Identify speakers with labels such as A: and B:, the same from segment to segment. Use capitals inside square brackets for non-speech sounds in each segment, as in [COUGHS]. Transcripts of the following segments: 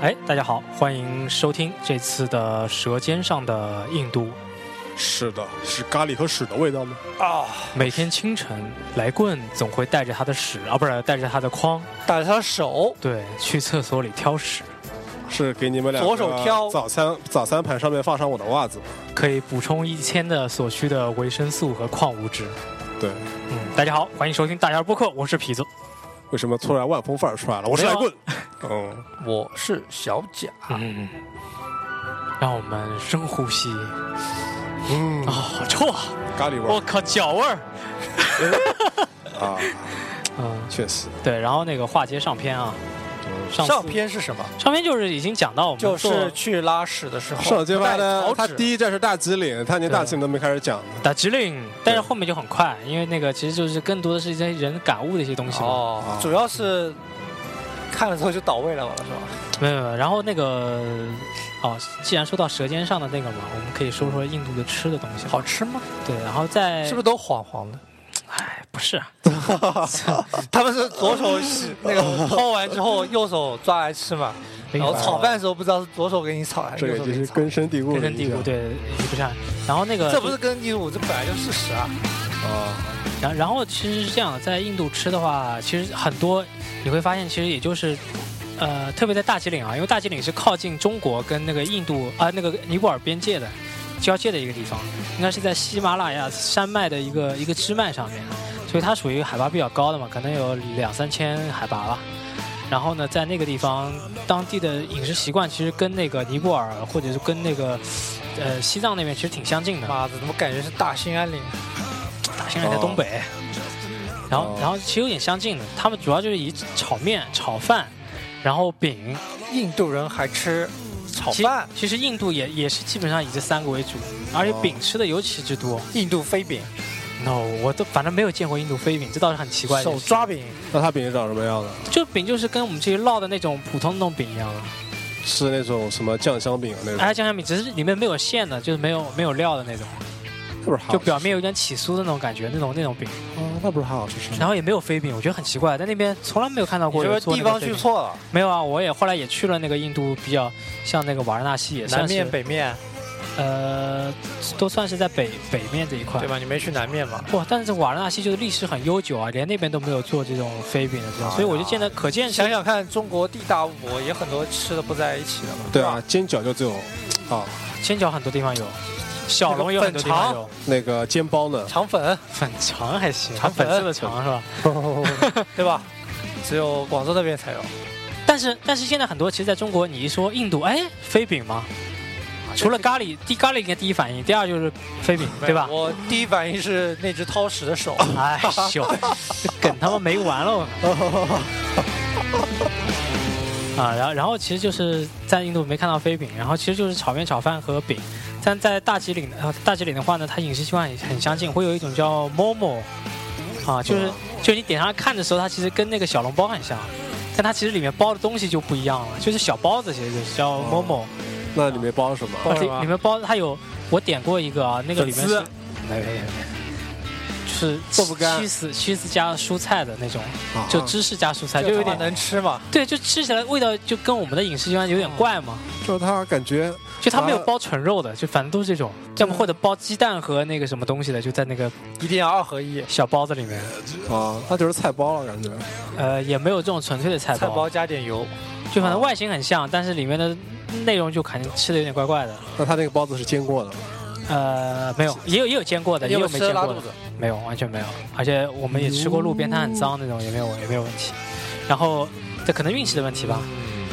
A: 哎，大家好，欢迎收听这次的《舌尖上的印度》。
B: 是的，是咖喱和屎的味道吗？
C: 啊，
A: 每天清晨，来棍总会带着他的屎啊，不是带着他的筐，
C: 打着他的手，
A: 对，去厕所里挑屎，
B: 是给你们俩
C: 左手挑
B: 早餐早餐盘上面放上我的袜子。
A: 可以补充一天的所需的维生素和矿物质。
B: 对，
A: 嗯，大家好，欢迎收听大姚播客，我是痞子。
B: 为什么突然万峰范儿出来了？我是
A: 没
B: 来
A: 有
B: 棍。嗯，
C: 我是小贾，
A: 嗯，让我们深呼吸。
B: 嗯
A: 啊、好臭啊！
B: 咖喱味
A: 我
B: 儿
A: 靠，脚味儿。
B: 啊，
A: 嗯，
B: 确实。
A: 对，然后那个话接上篇啊，
B: 嗯
A: 上次
C: 上篇是什么？
A: 上篇就是已经讲到我们
C: 就
A: 做
C: 是去拉屎的时候，
B: 上街吧呢，他
C: 他第
B: 第一站是大吉岭，他连大吉岭都没开始讲呢。
A: 打指令，但是后面就很快，因为那个其实就是更多的是一些人感悟的一些东西嘛。
C: 哦，主要是看了之后就倒胃了嘛，是吧？
A: 没有没有，然后那个哦，既然说到舌尖上的那个嘛，我们可以说说印度的吃的东西。，
C: 好吃吗？
A: 对，然后在
C: 是不是都黄黄的？
A: 哎不是啊，
C: 他们是左手洗那 [LAUGHS] 个掏完之后，右手抓来吃嘛。
A: 明
C: 然
A: 白
C: 后炒饭的时候不知道是左手给你炒还是右
B: 这个
C: 手
B: 就
C: 给
B: 是
C: 你炒，
B: 根深蒂固的
A: 根
B: 一
A: 深
B: 个，
A: 蒂固，对，也不是啊。然后那个
C: 这不是跟你我这本来就事实啊。
B: 啊，
A: 然然后其实是这样，在印度吃的话，其实很多你会发现，其实也就是，呃，特别在大吉岭啊，因为大吉岭是靠近中国跟那个印度啊、那个尼泊尔边界的交界的一个地方，应该是在喜马拉雅山脉的一个一个支脉上面，所以它属于海拔比较高的嘛，可能有两三千海拔吧。然后呢，在那个地方，当地的饮食习惯其实跟那个尼泊尔或者是跟那个呃西藏那边其实挺相近的。
C: 妈的，怎么感觉是大兴安岭？
A: 现在在东北，然后
B: 哦
A: 然后其实有点相近的，他们主要就是以炒面、炒饭，然后饼、
C: 印度人还吃炒
A: 其
C: 饭，
A: 其实印度也也是基本上以这三个为主，而且
B: 哦
A: 饼吃的尤其之多。
C: 印度飞饼、
A: no，我都反正没有见过印度飞饼，这倒是很奇怪的
C: 手
A: 事情。
C: 抓饼。
B: 那它饼是长什么样的？
A: 就饼就是跟我们这些烙的那种普通那种饼一样的，
B: 是那种什么酱香饼啊那种？
A: 哎，酱香饼只是里面没有馅的，就是没有没有料的那种，
B: 那不是好
A: 就表面有点起酥的那种感觉，那种那种饼。
B: 啊，那不是还好吃吃
A: 然后也没有飞饼，我觉得很奇怪，在那边从来没有看到
C: 嗯你
A: 过
C: 是不
A: 有
C: 是
A: 做
C: 地
A: 那个
C: 方
A: 飞
C: 去
A: 饼
C: 错了？
A: 没有啊，我也后来也去了那个印度比较像那个瓦拉纳西，也
C: 南
A: 算是
C: 面北面，
A: 呃，都算是在北北面这一块
C: 对。吧？你没去南面嘛？
A: 哇，但是瓦拉纳西就是历史很悠久啊，连那边都没有做这种飞饼的这种，所以我就见得可见
C: 想
A: 是
C: 想看，中国地大物博，也很多吃的不在一起的嘛。
B: 对
C: 是
B: 啊
C: 吧，，
B: 煎饺就只有啊，
A: 煎饺很多地方有，小笼有很多地方有，
B: 那个煎包呢，
C: 肠粉
A: 粉肠还行，
C: 肠粉
A: 粉丝的肠是吧？
C: 对吧？只有广州那边才有，
A: 但是但是现在很多，其实在中国，你一说印度，哎，飞饼吗？除了咖喱，第咖喱应该第一反应，第二就是飞饼，对吧？
C: 我第一反应是那只掏屎的
A: [LAUGHS]
C: 手。
A: 哎呦，这梗他妈没完了！啊，然后然后其实就是在印度没看到飞饼，然后其实就是炒面、炒饭和饼。但在大吉岭呃大吉岭的话呢，它饮食习惯也很相近，会有一种叫 momo，啊，就是就你点上来看的时候，它其实跟那个小笼包很像，但它其实里面包的东西就不一样了，就是小包子，其实就是叫 momo，、
B: 那里面包什么？
C: 包
A: 啊
C: 什么
A: 里里面包它有我点过一个啊，那个里面是
B: 粉
A: 没没没，就是
B: 豆腐干
A: 起司起司加蔬菜的那种。
B: 啊
A: 就芝士加蔬菜，
C: 这
A: 就有
C: 他妈
A: 点
C: 能吃嘛？
A: 对，就吃起来味道就跟我们的饮食习惯有点怪嘛。
C: 啊
B: 就是它感觉
A: 就他没有
B: 啊
A: 包纯肉的，就反正都是这种，
C: 嗯
A: 要么或者包鸡蛋和那个什么东西的，就在那个
C: 一定要二合一，
A: 小包子里面。
B: 啊，它就是菜包了感觉。
A: 呃，也没有这种纯粹的菜
C: 菜
A: 包，
C: 包加点油，
A: 就反正外形很像，但是里面的内容就感觉吃的有点怪怪的。
B: 那它那个包子是煎过的吗，
A: 呃，没有，也有也有煎过的，
C: 你
A: 也
C: 有
A: 有
C: 没
A: 没
C: 有吃
A: 煎
C: 拉
A: 过
C: 肚
A: 的，
C: 子？
A: 没有，完全没有。而且我们也吃过路边摊很脏那种，也没有也没有问题。然后这可能运气的问题吧。
B: 嗯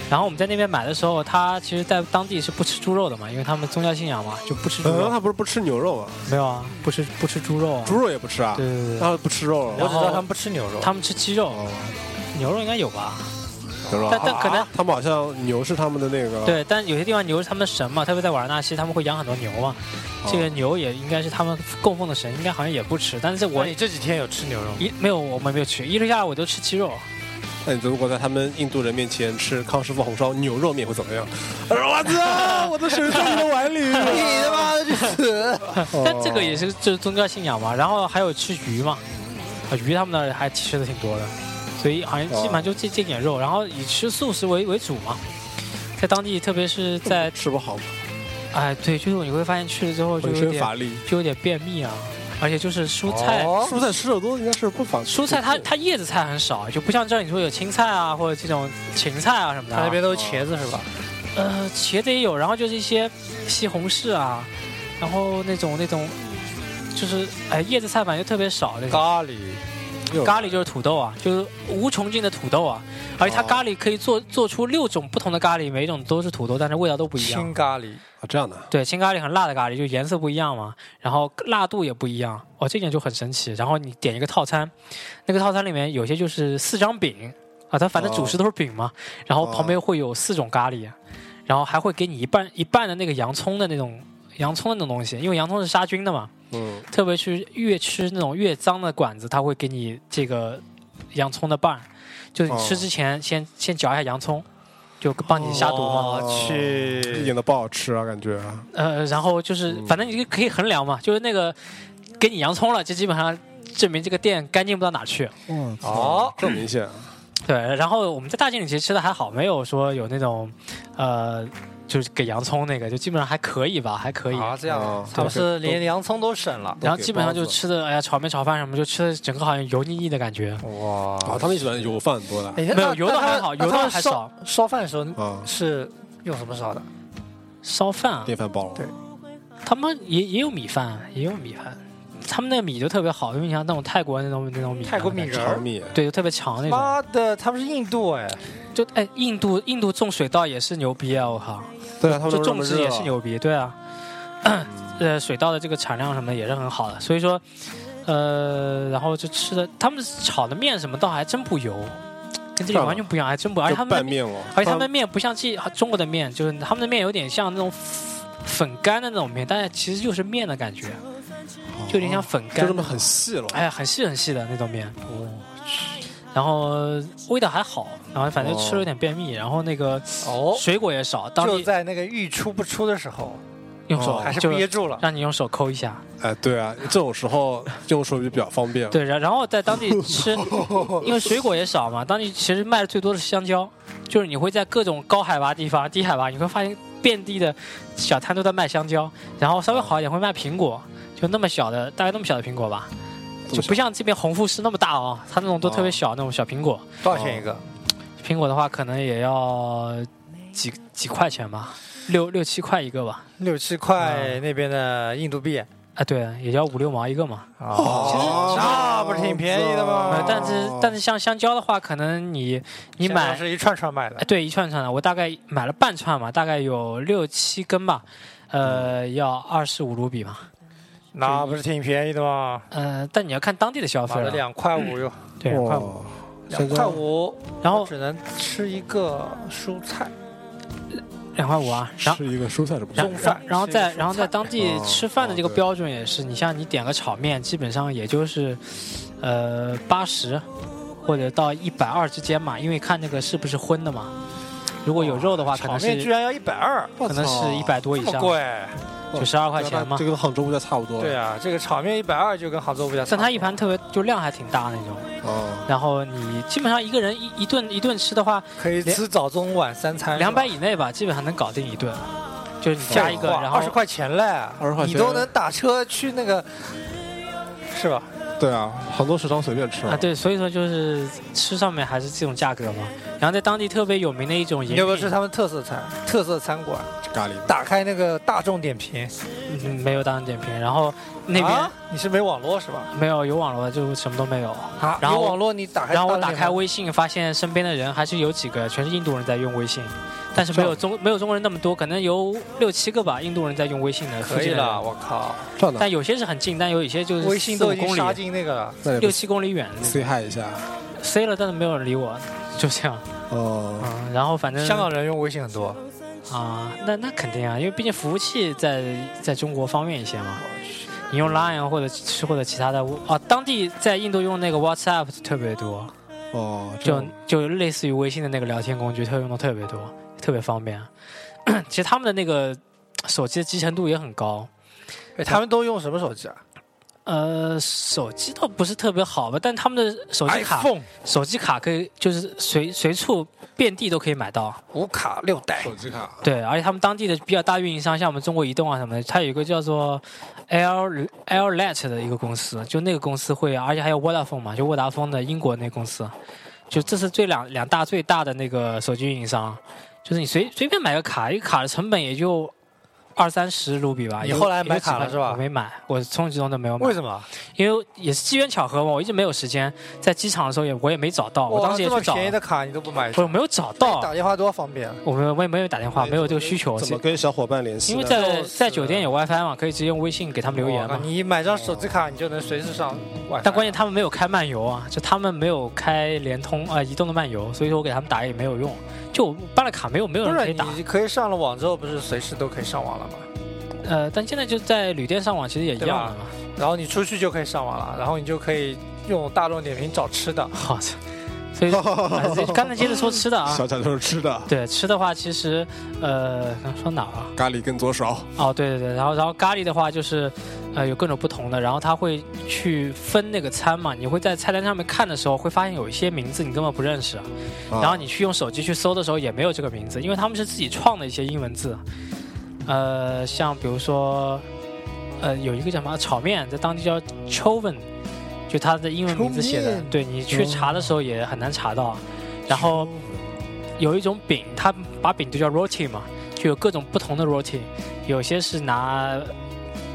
A: 然后我们在那边买的时候，他其实，在当地是不吃猪肉的嘛，因为他们宗教信仰嘛，就不吃猪
B: 嗯，
A: 肉。
B: 它不是不吃牛肉啊，
A: 没有啊，不吃不吃猪肉啊。
B: 猪肉也不吃啊，
A: 对对对，
B: 它不吃肉啊
C: 我只
A: 然
B: 了
C: 知
A: 后
C: 道他们不吃牛肉，
A: 他们吃鸡肉，
B: 哦，
A: 牛肉应该有吧？
B: 牛肉啊。
A: 但但可能
B: 他们好像牛是他们的那个，啊
A: 对，但有些地方牛是他们的神嘛，特别在瓦拉纳西，他们会养很多牛嘛。
B: 哦
A: 这个牛也应该是他们供奉的神，应该好像也不吃。但是
C: 我
A: 我
B: 哎
C: 你这几天有吃牛肉吗？
A: 一没有，我们没有吃，一路下来我都吃鸡肉。
B: 那哎你如果在他们印度人面前吃康师傅红烧牛肉面会怎么样？
A: [LAUGHS]
B: 我操，我的手在你的碗里！
C: 你他妈的去死！
A: 但这个
B: [LAUGHS]
A: 也是就是宗教信仰嘛，然后还有吃鱼嘛，啊鱼他们那儿还吃的挺多的，所以好像基本上就这这点肉，然后以吃素食为为主嘛。在当地，特别是
C: 嗯
A: 在
B: 吃不好，
A: 哎，对，就是你会发现去了之后就
B: 浑
A: 有
B: 身
A: 点
B: 乏力。
A: 就有点便秘啊，而且就是蔬菜。
C: 哦
B: 蔬菜吃的多应该是不妨。
A: 蔬菜它它叶子菜很少，啊就不像这儿你说有青菜啊或者这种芹菜啊什么的啊。
C: 它那边都是茄子是吧？
A: 呃茄子也有，然后就是一些西红柿啊，然后那种那种就是哎叶子菜反正就特别少那种。
C: 咖喱，
B: 有
A: 咖喱就是土豆啊，就是无穷尽的土豆啊，而且它
B: 哦
A: 咖喱可以做做出六种不同的咖喱，每一种都是土豆，但是味道都不一样。
C: 青咖喱，
B: 啊这样的，
A: 对，青咖喱很辣的咖喱，就颜色不一样嘛，然后辣度也不一样，哦，这点就很神奇。然后你点一个套餐，那个套餐里面有些就是四张饼啊，它反正主食都是饼嘛，然后旁边会有四种咖喱，然后还会给你一半一半的那个洋葱的那种洋葱的那种东西，因为洋葱是杀菌的嘛，
B: 嗯，
A: 特别是越吃那种越脏的馆子，它会给你这个洋葱的瓣儿，就是你吃
B: 哦
A: 之前先、先嚼一下洋葱，就帮你杀毒嘛。
B: 哦
C: 我
B: 一
C: 去
B: 点，都不好吃啊，感觉。
A: 呃，然后就是
B: 嗯
A: 反正你就可以衡量嘛，就是那个给你洋葱了，就基本上证明这个店干净不到哪去。
B: 哇，
C: 哦，
B: 这么明显啊，
A: 对，然后我们在大庆里其实吃的还好，没有说有那种呃，就是给洋葱那个，就基本上还可以吧，还可以。嗯
C: 啊，这样
B: 哦，
C: 他们是连洋葱都省了，
A: 然后
B: 都给
A: 基本上
B: 包
A: 就
B: 子
A: 吃的，哎呀，炒面、炒饭什么，就吃的整个好像油腻腻的感觉。
C: 哇
A: 嗯
B: 啊，他们喜欢油饭很多的
C: 哎
A: 没有
C: 那
A: 油倒
C: 那他
A: 还好
C: 那
A: 油
C: 他
A: 倒
C: 们
A: 还
C: 烧
A: 少。
C: 烧饭的时候
A: 哎
B: 啊，
C: 是用什么烧的？
A: 烧饭啊，
B: 电饭煲
C: 对
A: 他们也也有米饭，啊也有米饭，他们那个米就特别好，因为你像那种泰国那种那种米饭，
C: 泰国米仁
B: 炒
C: 儿。
B: 米，
A: 对，就特别强那种。
C: 妈的，他们是印度哎，
A: 就哎，印度印度种水稻也是牛逼啊！我靠，
B: 对啊，他们
A: 就
B: 都这
A: 种
B: 么
A: 植
B: 热
A: 也是牛逼，对啊， [CLEARS THROAT] 呃，水稻的这个产量什么的也是很好的，所以说，呃，然后就吃的，他们炒的面什么倒还真不油，跟这里
B: 是吗
A: 完全不一样，还真不，而且他们
B: 就拌
A: 的
B: 面哦，
A: 而且他们的面不像这中国的面，就是他们的面有点像那种粉干的那种面，但是其实就是面的感觉，就有点像粉
B: 哦就
A: 干
B: 这，么很细了。
A: 哎呀，很细很细的那种面。然后呃味道还好，然后反正吃了有点便秘，然后那个
C: 哦，
A: 水果也少，当
C: 就
A: 地
C: 在那个欲出不出的时候，
A: 用手
B: 哦
C: 还是
A: 就
C: 憋住了。
A: 让你用手抠一下，
B: 哎，对啊，这种时候用手就比较方便。
A: 对，然然后在当地吃，因为水果也少嘛，当地其实卖的最多的是香蕉，就是你会在各种高海拔地方、低海拔，你会发现遍地的小摊都在卖香蕉，然后稍微好一点会卖苹果，就那么小的，大概那么小的苹果吧，就不像这边红富士那么大哦，它那种都特别小那种小苹果，
C: 多少钱一个？
A: 苹果的话可能也要几几块钱吧，六六七块一个吧，
C: 六七块那边的印度币。
A: 啊对，也要五六毛一个嘛。
B: 哦
C: 那不是挺便宜的吗
A: 呃，？但是但是像香蕉的话，可能你你买
C: 是一串串买的
A: 哎，对一串串的，我大概买了半串嘛，大概有六七根吧，呃，要二十五卢比嘛，
C: 那不是挺便宜的吗？
A: 呃，但你要看当地的消
C: 买
A: 费
C: 了
A: 了，
C: 两块五哟，
A: 对，两块五。
B: 哇，
C: 两块五，
A: 然后
C: 只能吃一个蔬菜
A: 两块五啊，然后
B: 吃一个蔬菜是不错
A: 然
C: 中
A: 后
C: 饭啊
A: 然后
C: 吃一个
A: 在
C: 蔬
A: 然后在
C: 菜
A: 当地
B: 哦
A: 吃饭的这个
B: 哦对
A: 标准也是，你像你点个炒面，基本上也就是呃八十或者到一百二之间嘛，因为看那个是不是荤的嘛，如果有肉的话，可
C: 炒
A: 能
C: 面居
A: 是
C: 然要一百二，
A: 可能是一百多
C: 这
A: 以
C: 么
A: 上，
C: 贵？
A: 九十二块钱嘛
B: 啊这。跟杭州物价差不多。
C: 对啊，这个炒面一百二就跟杭州物价差不多。
A: 但它一盘特别就量还挺大那种，
B: 啊，
A: 然后你基本上一个人一一顿一顿吃的话，
C: 可以吃早中晚三餐，
A: 两百以内吧，基本上能搞定一顿，就是你加一个，然后
C: 二十块钱嘞，
B: 20块钱
C: 你都能打车去那个，是吧？
B: 对啊，杭州食堂随便吃
C: 嗯
A: 啊，对，所以说就是吃上面还是这种价格嘛。然后在当地特别有名的一种饮
C: 你要不要吃
A: 品，
C: 他们特色餐？特色餐馆，
B: 咖喱吧
C: 打开那个大众点评，
A: 嗯，没有当地点评，然后那
C: 啊
A: 边
C: 你是没网络是吧？
A: 没有有网络就什么都没有。
C: 啊，
A: 然后
C: 有网络你打开，
A: 然后我打开，微信，发现身边的人还是有几个全是印度人在用微信，但是没有中没有中国人那么多，可能有六七个吧，印度人在用微信的。
C: 可以了，。哎我靠，
B: 这样的，
A: 但有些是很近，但有一些就是
C: 微信
A: 四
C: 都
A: 五
C: 已经
A: 公里
C: 杀进那个了，
B: 那也
A: 六
B: 不
A: 七公里远那种
B: say hi 一下
A: 塞了，但是没有人理我，就这样。
B: 哦。
A: 嗯，然后反正
C: 香港人用微信很多，哎
A: 啊、那那肯定啊，因为毕竟服务器在在中国方便一些嘛。你用 Line 或者是或者其他的啊，当地在印度用那个 WhatsApp 特别多，
B: 哦，这
A: 就
B: 样
A: 就类似于微信的那个聊天工具，特用的特别多，特别方便。啊 [COUGHS] 其实他们的那个手机的集成度也很高，
C: 哎他们都用什么手机啊？
A: 呃，手机倒不是特别好吧，但他们的手机卡
C: iPhone
A: 手机卡可以就是随随处遍地都可以买到。
C: 无卡六代
D: 手机卡，
A: 对，而且他们当地的比较大运营商，像我们中国移动啊什么的，它有一个叫做 L L Let 的一个公司，就那个公司会，而且还有沃达丰嘛，就沃达丰的英国那公司，就这是最两两大最大的那个手机运营商，就是你随随便买个卡，一个卡的成本也就二三十卢比吧。
C: 你
A: 也就
C: 后来
A: 也就
C: 买
A: 几
C: 卡
A: 百
C: 了是吧
A: 我没买，我从始至终都没有买
C: 为，什么？
A: 因为也是机缘巧合嘛，我一直没有时间，在机场的时候也我也没找到，我当时也
C: 哇
A: 去
C: 这
A: 找
C: 么便宜的
A: 了，
C: 卡你都不买，
A: 我没有找到，
C: 打电话多方便啊。
A: 我们我也没有打电话，没有这个需求，
B: 怎么跟小伙伴联系
A: 因
B: 呢？
A: 为在
C: 就是
A: 在酒店有 WiFi 嘛，可以直接用微信给他们留言
C: 哇
A: 嘛。
C: 哦你买张手机卡，你就能随时上 WiFi。
A: 但关键他们没有开漫游啊，就他们没有开联通啊、呃移动的漫游，所以说我给他们打也没有用。就我办了卡没有没有
C: 不
A: 人可
C: 是
A: 以打，
C: 你可以上了网之后，不是随时都可以上网了吗？
A: 呃，但现在就在旅店上网其实也一样的嘛。
C: 然后你出去就可以上网了，然后你就可以用大众点评找吃的。
A: [LAUGHS] 好，所以、
C: [LAUGHS]
A: 呃所以刚才接着说吃的啊
B: 小，贾都是吃的，
A: 对吃的话其实呃刚说哪儿啊？
B: 咖喱跟左勺，
A: 哦，对对对，然后然后咖喱的话就是，呃，有各种不同的，然后他会去分那个餐嘛，你会在菜单上面看的时候，会发现有一些名字你根本不认识，
B: 啊
A: 然后你去用手机去搜的时候也没有这个名字，因为他们是自己创的一些英文字，呃，像比如说，呃，有一个叫什么炒面，在当地叫 choven，就它的英文名字写
C: 炒
A: 的
C: 面，
A: 对你去查的时候也很难查到，然后。有一种饼，它把饼就叫 roti 嘛，就有各种不同的 roti，有些是拿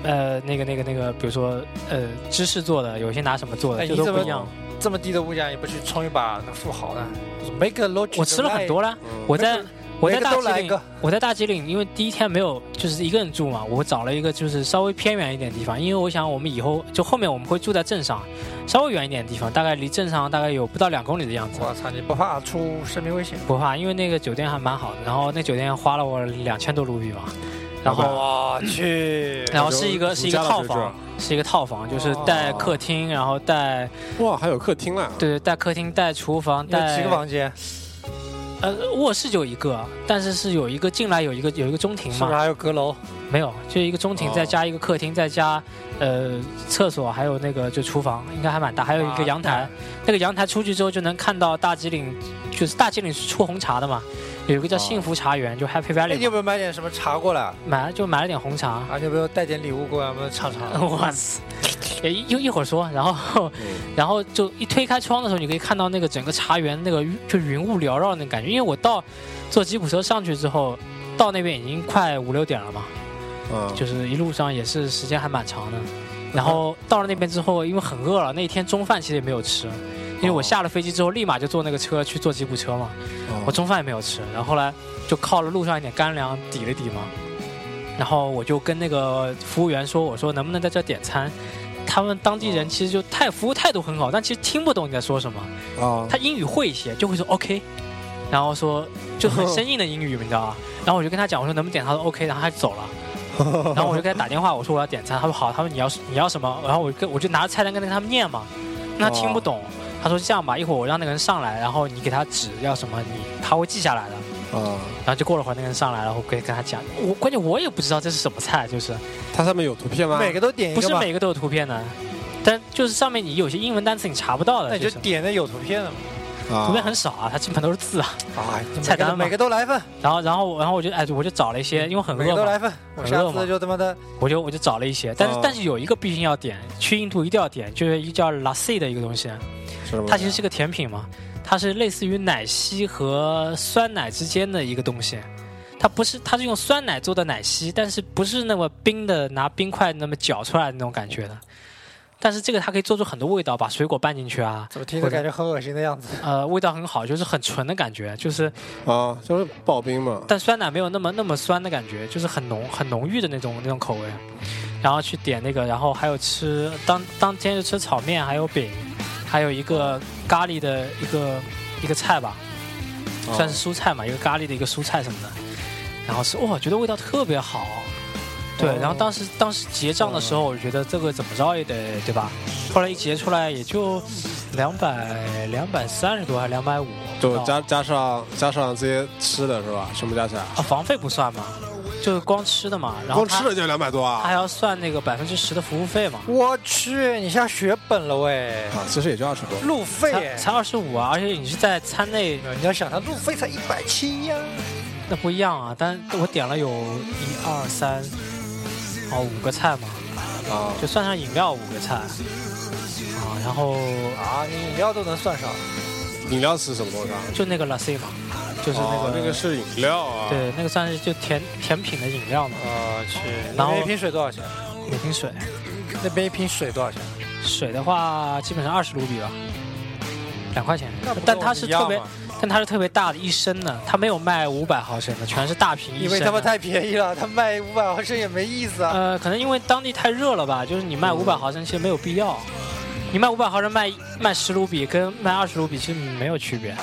A: 呃那个那个那个，比如说呃芝士做的，有些拿什么做的，
C: 哎
A: 就
C: 你
A: 都
C: 怎
A: 不
C: 么
A: 一样。
C: 这么低的物价也不去冲一把富豪呢？Make a l o g
A: 我吃了很多
B: 啊
A: 啦，我在
C: 每个
A: 我在
C: 每个
A: 大
C: 都
A: 吉
C: 来一
A: 岭
C: 个，
A: 我在大吉岭，因为第一天没有就是一个人住嘛，我找了一个就是稍微偏远一点的地方，因为我想我们以后就后面我们会住在镇上，稍微远一点的地方，大概离镇上大概有不到两公里的样子。
C: 我操，你不怕出生命危险？
A: 不怕，因为那个酒店还蛮好的，然后那酒店花了我两千多卢比嘛，然后
C: 我去，
A: 然后是一个是一个套房，是一个套房，就是带客厅，然后带
B: 哇，还有客厅啊啦，
A: 对带客厅、带厨房、
C: 有
A: 带
C: 几个房间？
A: 呃卧室就一个，但是是有一个进来有一个有一个中庭
C: 是不是
A: 嘛，
C: 还有阁楼？
A: 没有，就一个中庭
B: 哦
A: 再加一个客厅再加呃厕所，还有那个就厨房，应该还蛮大，还有一个阳
C: 啊
A: 台，那个阳台出去之后就能看到大吉岭，就是大吉岭是出红茶的嘛，有一个叫
B: 哦
A: 幸福茶园，就 Happy
C: 哎，你
A: Valley，
C: 有
A: 嘛
C: 没有买点什么茶过来？啊
A: 买了就买了点红茶，
C: 啊，你有没有带点礼物过来？我们尝尝。
A: [LAUGHS] 哇塞！也哎一一会儿说，然后，然后就一推开窗的时候，你可以看到那个整个茶园那个就云雾缭绕那感觉。因为我到坐吉普车上去之后，到那边已经快五六点了嘛，
B: 嗯，
A: 就是一路上也是时间还蛮长的。然后到了那边之后，因为很饿了，那一天中饭其实也没有吃，因为我下了飞机之后立马就坐那个车去坐吉普车嘛，
B: 哦
A: 我中饭也没有吃，然后后来就靠了路上一点干粮抵了抵嘛，然后我就跟那个服务员说，我说能不能在这点餐？他们当地人其实就态服务态度很好，但其实听不懂你在说什么。
B: 啊
A: 他英语会一些，就会说 OK，然后说就很生硬的英语，你知道吧？然后我就跟他讲，我说能不能点？他说 OK，然后他就走了。然后我就给他打电话，我说我要点餐，他说好，他说你要你要什么？然后我跟我就拿着菜单跟他们念嘛，那他听不懂。他说这样吧，一会儿我让那个人上来，然后你给他指要什么，你他会记下来的。
B: 啊，
A: 然后就过了会儿，那个人上来了，我跟跟他讲，我关键我也不知道这是什么菜，就是
B: 它上面有图片吗？
C: 每个都点一
A: 不
C: 个
A: 是
C: 吧？
A: 每个都有图片的，但就是上面你有些英文单词你查不到
C: 那
A: 的，
C: 你就
A: 就是
C: 点的有图片的嘛。
B: 啊
A: 图片很少啊，它基本都是字啊。
C: 哎，
A: 菜单嘛
C: 每个都来一份，
A: 然后然后然后我就哎我就找了一些，因为很
C: 每个都
A: 饿
C: 来一
A: 嘛，
C: 份。我
A: 很
C: 下
A: 饿嘛
C: 次就他妈的
A: 我就我就找了一些，但是
B: 哦
A: 但是有一个必须要点，去印度一定要点，就是一个叫 lassi 的一个东
C: 啊
A: 西，
B: 是吗
A: 它其实是个甜品嘛，它是类似于奶昔和酸奶之间的一个东西。它不是，它是用酸奶做的奶昔，但是不是那么冰的，拿冰块那么搅出来的那种感觉的。但是这个它可以做出很多味道，把水果拌进去啊，
C: 怎么听着感觉很恶心的样子？
A: 呃，味道很好，就是很纯的感觉，就是
B: 啊，就是刨冰嘛，
A: 但酸奶没有那么那么酸的感觉，就是很浓很浓郁的那种那种口味。然后去点那个，然后还有吃当当天就吃炒面，还有饼，还有一个咖喱的一个一个菜吧，
B: 啊
A: 算是蔬菜嘛，一个咖喱的一个蔬菜什么的。然后是哇，觉得味道特别好。对，然后当时当时结账的时候，我觉得这个怎么着也得对吧？后来一结出来也就两百两百三十多还是两百五，
B: 就加加上加上这些吃的是吧？全部加起来
A: 啊，房费不算吗？就是光吃的嘛，然后
B: 光
A: 他
B: 吃的就两百多
A: 他
B: 啊
A: 还！要算那个百分之十的服务费嘛，
C: 我去，你下血本了喂，
B: 啊，其实也就二十多。
C: 路费
A: 才
C: 哎
A: 才二十五啊，而且你是在餐内，
C: 没有你要想他路费才一百七呀，
A: 那不一样啊。但我点了有一二三，哦五个菜嘛，
B: 啊，
A: 就算上饮料五个菜啊，然后
C: 啊，你饮料都能算上，
B: 饮料是什么东西啊？
A: 就那个 latte 嘛，就是那个、
B: 哦那个是饮料啊。，
A: 对那个算是就甜甜品的饮料嘛，
C: 我呃去，
A: 然
C: 那
A: 后
C: 边一瓶水多少钱？
A: 每瓶水。
C: 那边一瓶水多少钱？
A: 水的话，基本上二十卢比吧，两块钱
C: 那不。跟
A: 但
C: 我
A: 它
C: 们
A: 是
C: 一
B: 啊
C: 样
A: 特别
C: 嘛，
A: 但它是特别大的一升的，它没有卖五百毫升的，全是大瓶一
C: 因
A: 升
C: 为
A: 的。
C: 他妈太便宜 [LAUGHS] 了，他卖五百毫升也没意思啊。
A: 呃，可能因为当地太热了吧，就是你卖五百毫升其实没有必要。你卖五百毫升卖卖十卢比跟卖二十卢比其实没有区别，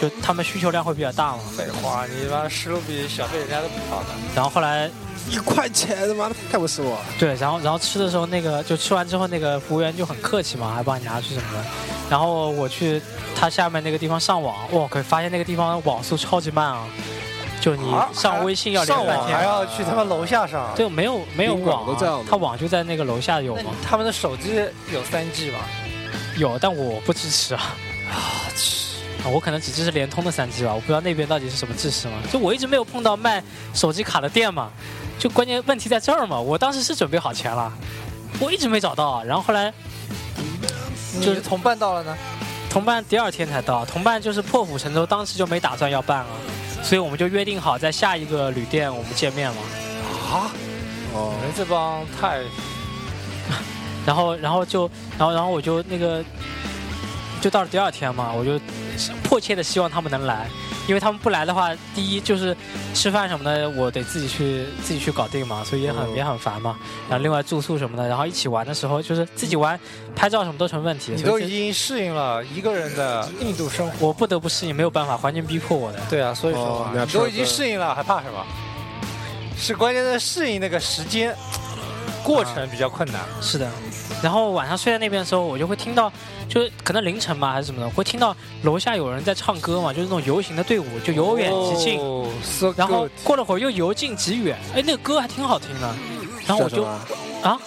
A: 就他们需求量会比较大嘛。
C: 废话，你妈十卢比小费人家都不掏的。
A: 然后后来
B: 一块钱，他妈的太不是我。
A: 对，然后然后吃的时候，那个就吃完之后，那个服务员就很客气嘛，还帮你拿去什么的。然后我去他下面那个地方上网，哇，可以发现那个地方网速超级慢啊，就你
C: 啊
A: 上微信要连
C: 上
A: 半
C: 网还
A: 天。
C: 要去他妈楼下上。
A: 对，没有没有
B: 宾馆
A: 网、
B: 都这样
A: 啊
B: 的，
A: 他网就在那个楼下有
C: 那
A: 吗？
C: 他们的手机有三 G 吗？
A: 有，但我不支持啊，
C: 我去，
A: 啊我可能只支持联通的三 G 吧，我不知道那边到底是什么制式嘛。就我一直没有碰到卖手机卡的店嘛，就关键问题在这儿嘛。我当时是准备好钱了，我一直没找到啊，然后后来
C: 就是同伴到了呢。
A: 同伴第二天才到，啊同伴就是破釜沉舟，当时就没打算要办啊，所以我们就约定好在下一个旅店我们见面嘛。
C: 啊，你
B: 哦，
C: 们这帮太……
A: 然后，然后就，然后，然后我就那个，就到了第二天嘛，我就迫切的希望他们能来，因为他们不来的话，第一就是吃饭什么的，我得自己去自己去搞定嘛，所以也很、
B: 嗯
A: 也很烦嘛。然后另外住宿什么的，然后一起玩的时候，就是自己玩拍照什么都成问题。
C: 你
A: 所
C: 都已
A: 以这
C: 经适应了一个人的印度生活。
A: 我不得不适应，没有办法，环境逼迫我的。
C: 对啊，所以说
B: 哦
C: 嘛
B: 你要
C: 你都
B: 吃
C: 已经适应了，还怕什么？是关键的适应那个时间过程比较困难。
A: 是的，然后晚上睡在那边的时候，我就会听到，就是可能凌晨嘛还是什么的，会听到楼下有人在唱歌嘛，就是那种游行的队伍，就由远及近，
C: 哦，so good，
A: 然后过了会儿又由近及远，哎，那个歌还挺好听的，然后我就啊，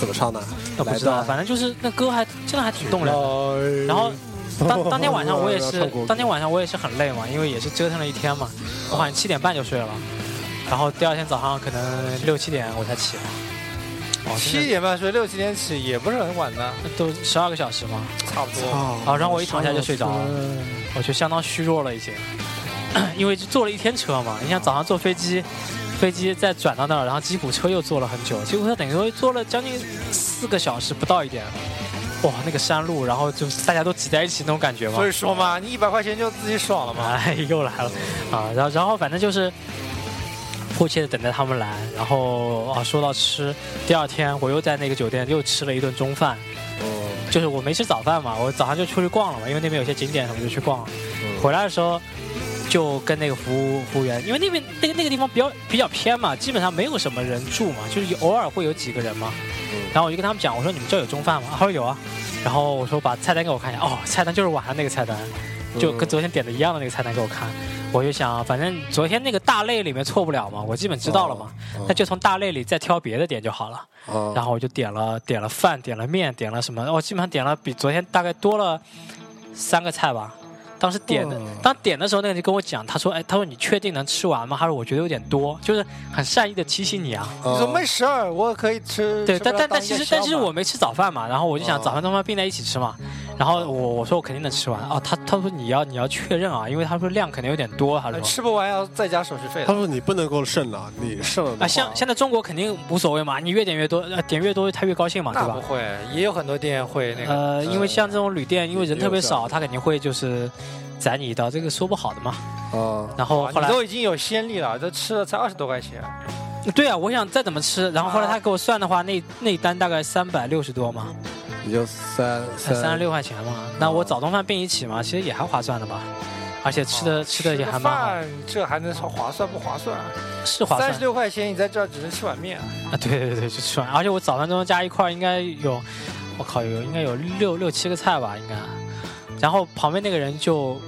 B: 怎么唱的？
A: 我不知
B: 啊来
A: 道，
B: 吧
A: 反正就是那歌还真的还挺动人的。
B: 哎
C: 人
A: 然后
B: [LAUGHS]
A: 当当天晚上我也
B: 唱
A: 是
B: 国，歌
A: 当天晚上我也是很累嘛，因为也是折腾了一天嘛，我好像七点半就睡了，然后第二天早上可能六七点我才起来，哦，
C: 七点半睡，六七点起也不是很晚呢，哦
A: 真的都十二个小时嘛。
C: 差不多。
B: 啊
A: 好，然后我一躺下就睡着了，我就相当虚弱了已经， [CLEARS THROAT] 因为就坐了一天车嘛。你想早上坐飞机，飞机再转到那儿，然后吉普车又坐了很久，结果等于说坐了将近四个小时不到一点。哇，那个山路，然后就大家都挤在一起那种感觉嘛
C: 所。以说嘛，你一百块钱就自己爽了嘛。
A: 哎，又来了啊！然后然后反正就是迫切的等待他们来。然后啊，说到吃，第二天我又在那个酒店又吃了一顿中饭，
B: 哦
A: 就是我没吃早饭嘛，我早上就出去逛了嘛，因为那边有些景点什么就去逛了。
B: 嗯
A: 回来的时候就跟那个服务服务员，因为那边那个那个地方比较比较偏嘛，基本上没有什么人住嘛，就是偶尔会有几个人嘛。然后我就跟他们讲，我说你们这儿有中饭吗？他说有啊。然后我说把菜单给我看一下，哦，菜单就是晚上那个菜单，
B: 嗯
A: 就跟昨天点的一样的那个菜单给我看。我就想，反正昨天那个大类里面错不了嘛，我基本知道了嘛，
B: 哦
A: 那就从大类里再挑别的点就好了。
B: 啊
A: 然后我就点了点了饭，点了面，点了什么，我、基本上点了比昨天大概多了三个菜吧。当时点的
B: 哇，
A: 当点的时候，那个人就跟我讲，他说：“哎，他说你确定能吃完吗？”他说：“我觉得有点多，就是很善意的提醒你啊。
B: 哦
C: 你说没
B: 事，
C: 事儿，我可以吃。
A: 对，
C: 吃不
A: 但
C: 了
A: 但
C: 当
A: 但其
C: 夜
A: 实
C: 宵
A: 但其实
C: 嘛
A: 我没吃早饭嘛，然后我就想
B: 哦
A: 早饭他妈并在一起吃嘛，然后我我说我肯定能吃完
C: 嗯
A: 啊，他他说你要你要确认啊，因为他说量可能有点多，他
C: 呃
A: 说。啊
C: 吃不完要再加手续费
B: 他
C: 的。
B: 说你不能够剩了，你剩了的话
A: 啊，像现在中国肯定无所谓嘛，你越点越多，呃，点越多他越高兴嘛，对
C: 那
A: 吧
C: 不？会，也有很多店会那个。
A: 呃，因为像这种旅店，因为人特别
B: 也有这样
A: 少，
B: 的
A: 他肯定会就是宰你一刀，这个说不好的嘛。
B: 啊
A: 然后
C: 啊
A: 哦后
C: 你
A: 来，
C: 都已经有先例了，这吃了才二十多块钱，
A: 对啊，我想再怎么吃，然后后来他给我算的话，那那一单大概三百六十多嘛，
B: 也就三
A: 才三十六块钱嘛。那我早中饭并一起嘛，其实也还划算的吧，而且吃的吃的也
C: 哦个
A: 还蛮好，
C: 饭，这还能说划算不划算？
A: 是划算
C: 三十六块钱，你在这儿只能吃碗面，
A: 啊。对 [LAUGHS] 对对，就吃完，而且我早饭中加一块儿应该有，我靠，有应该有六六七个菜吧，应该。然后旁边那个人就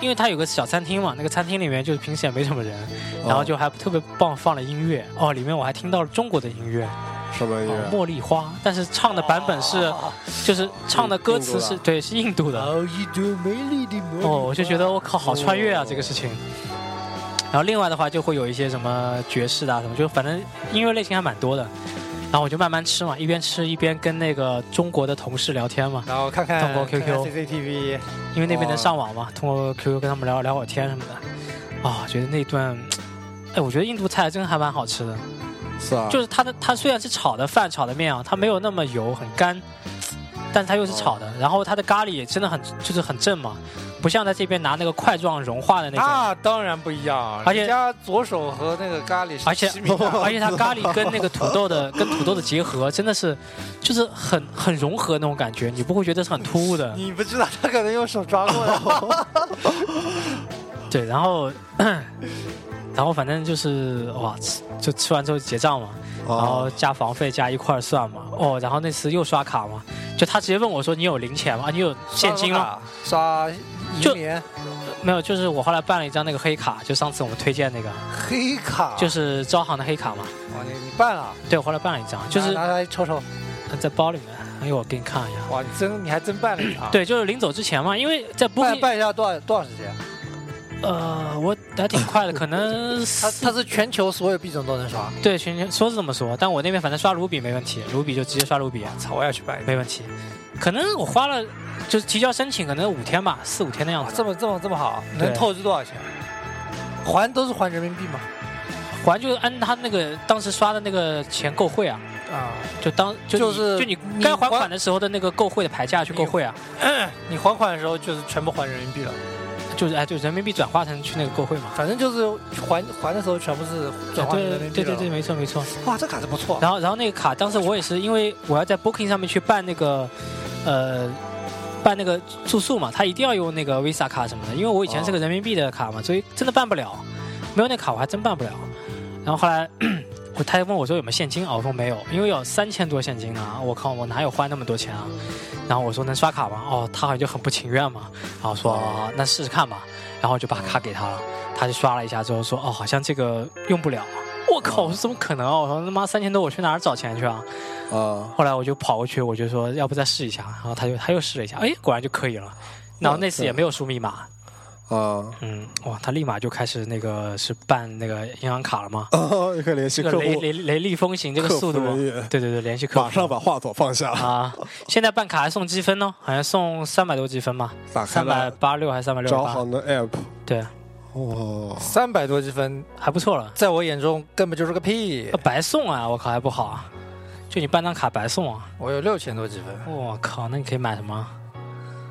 A: 因为它有个小餐厅嘛，那个餐厅里面就是平时也没什么人，
C: 哦
B: 啊
A: 然后就还特别棒放了音乐哦，里面我还听到了中国的音乐，
B: 什么音
A: 哦
B: 乐？
A: 茉莉花，但是唱的版本
C: 哦
A: 是就是唱的歌词
B: 印
A: 是
B: 度哦
A: 对是印度的，
C: 一朵美丽的茉莉花
A: 哦，我就觉得我靠，好穿越啊、
B: 哦
A: 这个事情。然后另外的话就会有一些什么爵士的、啊、什么，就反正音乐类型还蛮多的。然后我就慢慢吃嘛，一边吃一边跟那个中国的同事聊天嘛，
C: 然后看看
A: 通过 QQ
C: 看看 CCTV，
A: 因为那边
B: 哦
A: 能上网嘛，通过 QQ 跟他们聊聊会儿天什么的。啊，觉得那顿，哎，我觉得印度菜真还蛮好吃的，
B: 是啊，
A: 就是它的它虽然是炒的饭炒的面啊，它没有那么油很干，但它又是炒的，然后它的咖喱也真的很就是很正嘛，不像在这边拿那个块状融化的那种。
C: 那啊当然不一样，
A: 而且
C: 人家左手和那个咖喱是
A: 而且
C: 齐名的，
A: [LAUGHS] 而且它咖喱跟那个土
C: [LAUGHS]
A: 豆的跟土豆的结合，真的是就是很很融合那种感觉，你不会觉得是很突兀的。
C: 你不知道他可能用手抓过的，
A: 对，然后 [COUGHS] 然后反正就是哇，吃就吃完之后结账嘛，然后
B: 哦，
A: 加房费加一块儿算嘛。哦，然后那次又刷卡嘛，就他直接问我说你有零钱吗？啊你有 [LAUGHS] 现金吗？
C: 刷
A: 就
C: 银联
A: 没有，就是我后来办了一张那个黑卡，就上次我们推荐那个，
C: 黑卡，
A: 就是招行的黑卡嘛。
C: 哇，你你办了，
A: 对，我后来办了一张，就是
C: 拿拿来瞅瞅，
A: 在包里面。哎呦，我给你看一下。
C: 哇，你真你还真办了一场，
A: 对，就是临走之前嘛，因为在 b o
C: 办办一下多少多少时间？
A: 呃，我还挺快的，可
C: [LAUGHS]
A: 能
C: 它
A: 四
C: 它是全球所有币种都能刷，
A: 对全球说是这么说，但我那边反正刷卢比没问题，卢比就直接刷卢比，啊
C: 操，我也去办一个。
A: 没问题。可能我花了就是提交申请，可能五天吧，四五天的样
C: 哇，
A: 子，
C: 啊这么这么这么好，
A: 对
C: 能透支多少钱？还都是还人民币吗？
A: 还就按他那个当时刷的那个钱购汇啊，
C: 啊，
A: 就当就
C: 就
A: 你
C: 是
A: 就你
C: 你
A: 该
C: 还
A: 还款的时候的那个购汇的牌价去购汇啊，
C: 你还款的时候就是全部还人民币了，
A: 就是哎就人民币转化成去那个购汇嘛。
C: 反正就是还还的时候全部是转化成人
A: 哎对
C: 民币
A: 对对
C: 了
A: 对，，没错没错。
C: 哇，这卡是不错。
A: 然后然后那个卡，当时我也是因为我要在 Booking 上面去办那个，呃，办那个住宿嘛，他一定要用那个 Visa 卡什么的，因为我以前是
C: 哦
A: 个人民币的卡嘛，所以真的办不了，没有那卡我还真办不了。然后后来 [CLEARS THROAT] 我他还问我说有没有现金啊，我说没有，因为有三千多现金啊，我靠，我哪有花那么多钱啊？然后我说能刷卡吗？哦，他好像就很不情愿嘛，然后说、哦那试试看吧，然后我就把卡给他了，他就刷了一下之后说哦，好像这个用不了。我靠！我
B: 哦
A: 说怎么可能啊！我说他妈三千多，我去哪儿找钱去啊？
B: 啊，
A: 后来我就跑过去，我就说要不再试一下，然后他就他又试了一下，哎，果然就可以了。然后那次也没有输密码，
B: 啊，
A: 嗯，哇，他立马就开始那个是办那个银行卡了嘛，
B: [LAUGHS] 哦也可以联系
A: 这
B: 客
A: 个
B: 户
A: 雷雷雷厉风行这个
B: 客服
A: 速度，啊
B: 人员，
A: 对对对，联系客服
B: 马上把话筒放下，
A: 啊！现在办卡还送积分呢，好像送三百多积分嘛，
B: 打开
A: 三百
B: 了
A: 八六还是三百六十
B: 招
A: 八，
B: 行的 app，
A: 对，
B: 哦，
C: 三百多积分，
A: 还不错了，
C: 在我眼中根本就是个屁
A: 呃。白送啊！我靠，还不好啊？就你办张卡白送啊！
C: 我有六千多积分，
A: 我靠，那你可以买什么啊？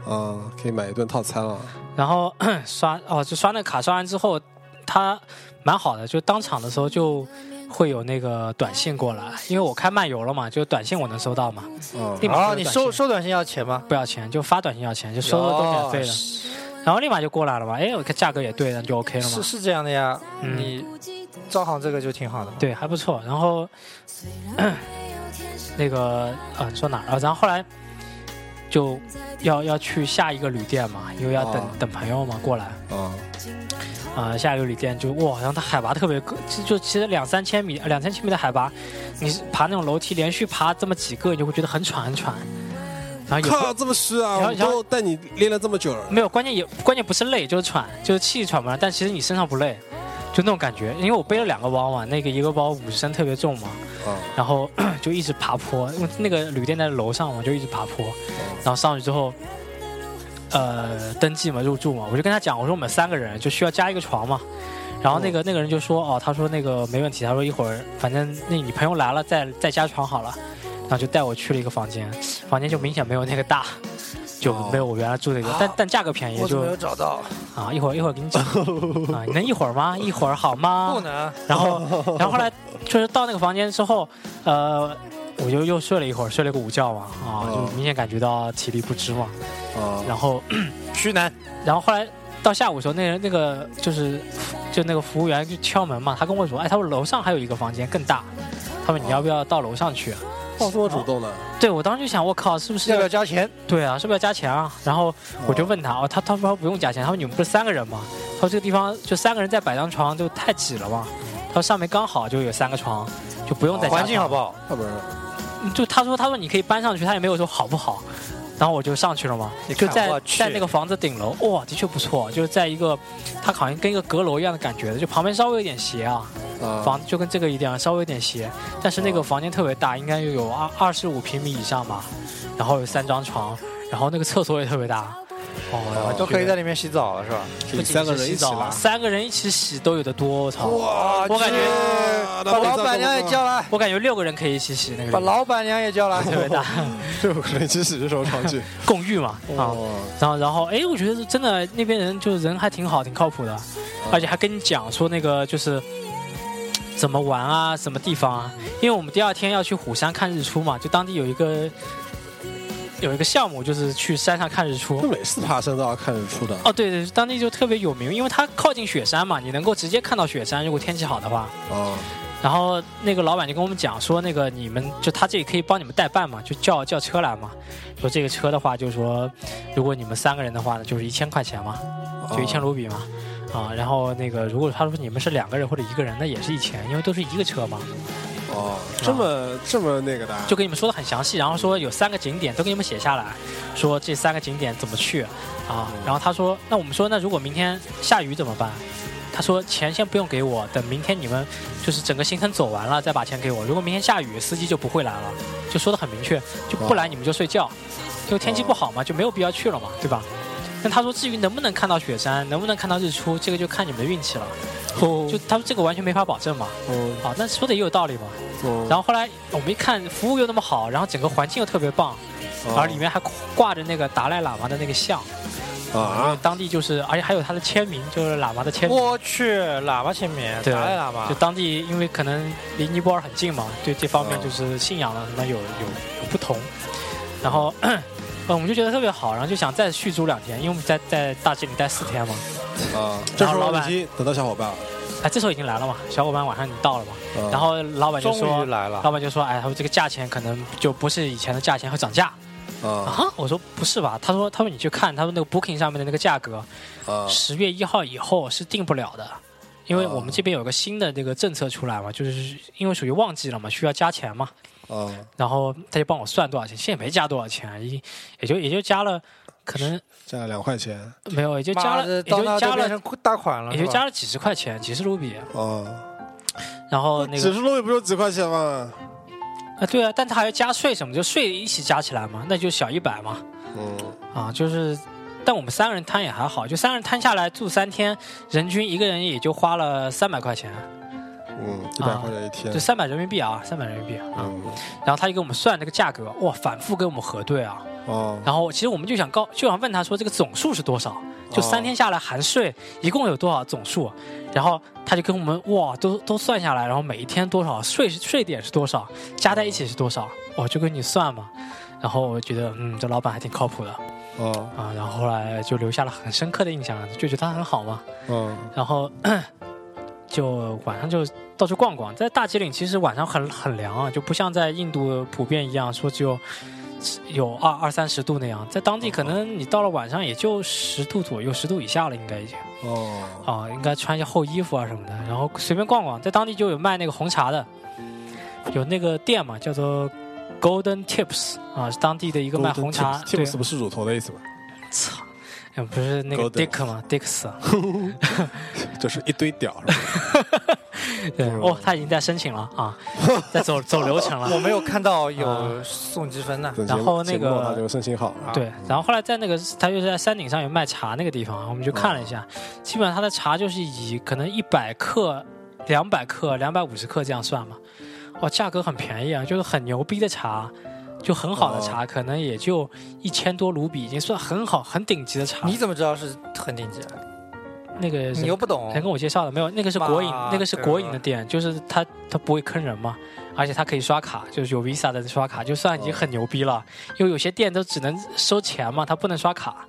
B: 啊，可以买一顿套餐了，啊
A: 然后 [COUGHS] 刷哦，就刷那个卡，刷完之后，它蛮好的，就当场的时候就会有那个短信过来，因为我开漫游了嘛，就短信我能收到嘛，
B: 啊，
A: 立马就
C: 啊，
A: 有
C: 你
A: 短
C: 收
A: 信
C: 收短信要钱吗？
A: 不要钱，就发短信要钱，就收的都免费
C: 有
A: 的，然后立马就过来了嘛，哎，我看价格也对，那就 OK 了
C: 是
A: 嘛，
C: 是这样的呀，
A: 嗯
C: 你招行这个就挺好的嘛。
A: 对，还不错。然后那个啊，说哪儿了？然后后来就要要去下一个旅店嘛，因为要等、
B: 哦
A: 等朋友嘛过来。
B: 啊，
A: 啊、下一个旅店就哇，然后它海拔特别高，就就其实两三千米，呃两三千米的海拔，你是爬那种楼梯，连续爬这么几个，你就会觉得很喘很喘。然后也不
B: 靠，这么虚啊，
A: 然后
B: 我都带你练了这么久了，
A: 没有关键也关键不是累，就是喘，就是气喘不上，但其实你身上不累，就那种感觉。因为我背了两个包嘛，那个一个包五十升特别重嘛，
B: 啊，
A: 然后 [COUGHS] 就一直爬坡，因为那个旅店在楼上嘛，就一直爬
C: 哦
A: 坡，然后上去之后，呃，登记嘛，入住嘛，我就跟他讲，我说我们三个人就需要加一个床嘛，然后那个那个人就说，哦，他说那个没问题，他说一会儿反正那你朋友来了再再加床好了，然后就带我去了一个房间，房间就明显没有那个大。就没有我原来住那个，但但价格便宜
C: 哦我怎
A: 就
C: 么没有找到？
A: 啊，一会儿一会儿给
C: [LAUGHS]
A: 你讲啊，你能一会儿吗？一会儿好吗？
C: 不能，[LAUGHS]
A: 然后，然后后来就是到那个房间之后，呃，我就又睡了一会儿，睡了个午觉嘛，啊，
B: 哦
A: 就明显感觉到体力不支嘛。
B: 啊，
A: 然后， [CLEARS THROAT]
C: 徐楠，
A: 然后后来到下午的时候，那人那个就是就那个服务员就敲门嘛，他跟我说，哎，他说楼上还有一个房间更大，他说你要不要到楼上去？
B: 哇，这么主动呢？
A: 对我当时就想，我靠，是不是
C: 要不要加钱？
A: 对啊，是不是要加钱啊？然后我就问他，哦，他他说不用加钱，他说你们不是三个人吗？他说这个地方就三个人再摆张床就太挤了嘛。他说上面刚好就有三个床，就不用再加
C: 环境好不
A: 好？
C: 好？
B: 要不然
A: 就他说他说你可以搬上去，他也没有说好不好。然后我就上去了嘛
C: 你，
A: 就
C: 看
A: 在
C: 我去
A: 在那个房子顶楼，哇，的确不错，就是在一个，它好像跟一个阁楼一样的感觉的，就旁边稍微有点斜啊，
C: 哦
B: 啊，
A: 房就跟这个一样，稍微有点斜，但是那个房间特别大，应该又有二二十五平米以上吧，然后有三张床，然后那个厕所也特别大，哦，
C: 都可以在里面洗澡了是吧？
A: 不
B: 是
A: 仅
B: 三个
A: 是
B: 人
A: 洗
B: 一起
A: 澡啊，
B: 来。
A: 三个人一起洗都有的多，我操，
C: 哇
A: 我感觉
C: 去啊把老板娘也叫来，
A: 我感觉六个人可以一起洗那个
C: 把
A: 地方，
C: 老板娘也叫来，
A: 嗯特别大， [LAUGHS]
B: 六个人一起洗是什么场景？哦
A: 共浴嘛，
C: 哦
A: 啊，然后然后哎，我觉得真的那边人就人还挺好，挺靠谱的，而且还跟你讲说那个就是。怎么玩啊？什么地方啊？因为我们第二天要去虎山看日出嘛，就当地有一个有一个项目，就是去山上看日
B: 那
A: 出。
B: 每次爬山都要看日
A: [LAUGHS]
B: 出的。
A: 哦，对对，当地就特别有名，因为它靠近雪山嘛，你能够直接看到雪山，如果天气好的话。
B: 啊，
A: 然后那个老板就跟我们讲说，那个你们就他这里可以帮你们代办嘛，就叫叫车来嘛。说这个车的话，就是说如果你们三个人的话呢，就是一千块钱嘛，
B: 哦
A: 就一千卢比嘛。啊，然后那个，如果他说你们是两个人或者一个人，那也是一千，因为都是一个车嘛，
B: 哦，这么这么那个的啊，
A: 就跟你们说的很详细，然后说有三个景点都给你们写下来，说这三个景点怎么去啊。然后他说，那我们说，那如果明天下雨怎么办？他说钱先不用给我，等明天你们就是整个行程走完了再把钱给我。如果明天下雨，司机就不会来了，就说的很明确，就不来你们就睡觉，因为天气不好嘛，就没有必要去了嘛，对吧？那他说，至于能不能看到雪山，能不能看到日出，这个就看你们的运气了。
B: 哦
A: 就他说这个完全没法保证嘛。
B: 哦
A: 啊，那说的也有道理嘛。
B: 哦
A: 然后后来我们一看，服务又那么好，然后整个环境又特别棒，
B: 哦
A: 然后里面还挂着那个达赖喇嘛的那个像，
B: 啊，
A: 当地就是，而且还有他的签名，就是喇嘛的签
C: [LAUGHS]
A: 名。
C: 我去，喇叭前面，
A: 对
C: 达赖喇嘛
A: 就，当地因为可能离尼泊尔很近嘛，对这方面
C: 哦
A: 就是信仰了什么有有有不同，然后。 [CLEARS THROAT] 呃，我们就觉得特别好，然后就想再续租两天，因为我们在在大吉岭待四天嘛。
B: 啊，这时
A: 然后老
B: 候已
A: 板
B: 经等到小伙伴了。
A: 哎，这时候已经来了嘛，小伙伴晚上已经到了嘛。
B: 啊
A: 然后老板就
C: 哦终
A: 说
C: 于，来了，
A: 老板就说，哎，他说这个价钱可能就不是以前的价钱，会涨价。
B: 啊
A: 啊，我说不是吧？他说，他说你去看，他说那个 Booking 上面的那个价格，
B: 啊
A: 十月一号以后是定不了的，因为
C: 啊
B: 哦
A: 我们这边有个新的这个政策出来嘛，就是因为属于旺季了嘛，需要加钱嘛，
B: 啊！
A: 然后他就帮我算多少钱，现在也没加多少钱，也也就也就加了，可能
B: 加了两块钱
A: 没有，也就加
C: 妈
A: 了，也
C: 的，到那
A: 就
C: 都
A: 加
C: 变
A: 了，
C: 成大款了，
A: 也
C: 是
A: 就
C: 吧
A: 加了几十块钱，几十卢比，
B: 啊，
A: 然后那
B: 指
A: 个
B: 数路也不就几块钱吗？
A: 啊，对啊，但他还要加税什么，就税一起加起来嘛，那就小一百嘛，
B: 嗯，
A: 啊，就是，但我们三个人摊也还好，就三个人摊下来住三天，人均一个人也就花了三百块钱，
B: 嗯，一百块钱一天
A: 就。三百人民币啊，三百人民币啊。
B: 嗯，
A: 然后他就给我们算这个价格，哇，反复跟我们核对啊。
B: 哦，
A: 然后其实我们就想告，就想问他说这个总数是多少，就
B: 哦
A: 三天下来含税一共有多少总数，然后他就跟我们哇都都算下来，然后每一天多少税税点是多少，加在一起是多少，我就跟你算嘛。然后我觉得嗯，这老板还挺靠谱的。
B: 哦，
A: 啊，然后后来就留下了很深刻的印象，就觉得他很好嘛。
B: 嗯，
A: 然后就晚上就到处逛逛，在大吉岭其实晚上很很凉啊，就不像在印度普遍一样说只有有二二三十度那样，在当地可能你到了晚上也就十度左右，十度以下了应该已经
B: 哦，
A: 啊，应该穿一下厚衣服啊什么的，然后随便逛逛，在当地就有卖那个红茶的，有那个店嘛，叫做 Golden Tips 啊，是当地的一个卖红茶，对
B: tips 不是乳头的意思吗？
A: 操，哎不是那个
B: Golden
A: Dick 吗？Dicks 啊，
B: 就是一堆屌，
A: [LAUGHS]
B: 是吧？
A: 对，哦，他已经在申请了
C: [LAUGHS]
A: 啊，在走走流程
C: 我
A: 了。
C: 没有看到有
A: 啊
C: 送积分呢，
B: 等
A: 然后那个
B: 节目他就申请好了。
A: 对，然后后来在那个，他就是在山顶上有卖茶那个地方，我们就看了一下，基本上他的茶就是以可能一百克、两百克、两百五十克这样算嘛，哇，价格很便宜啊，就是很牛逼的茶，就很好的
C: 哦
A: 茶，可能也就一千多卢比，已经算很好、很顶级的茶。
C: 你怎么知道是很顶级？啊
A: 那个
C: 你
A: 人
C: 又不懂
A: 人，跟我介绍的，没有，那个是国营，
C: 哇
A: 那个是国营的
C: 这
A: 店，就是他他不会坑人嘛，而且他可以刷卡，就是有 Visa 的刷卡，就算
B: 哦
A: 已经很牛逼了，因为有些店都只能收钱嘛，他不能刷卡，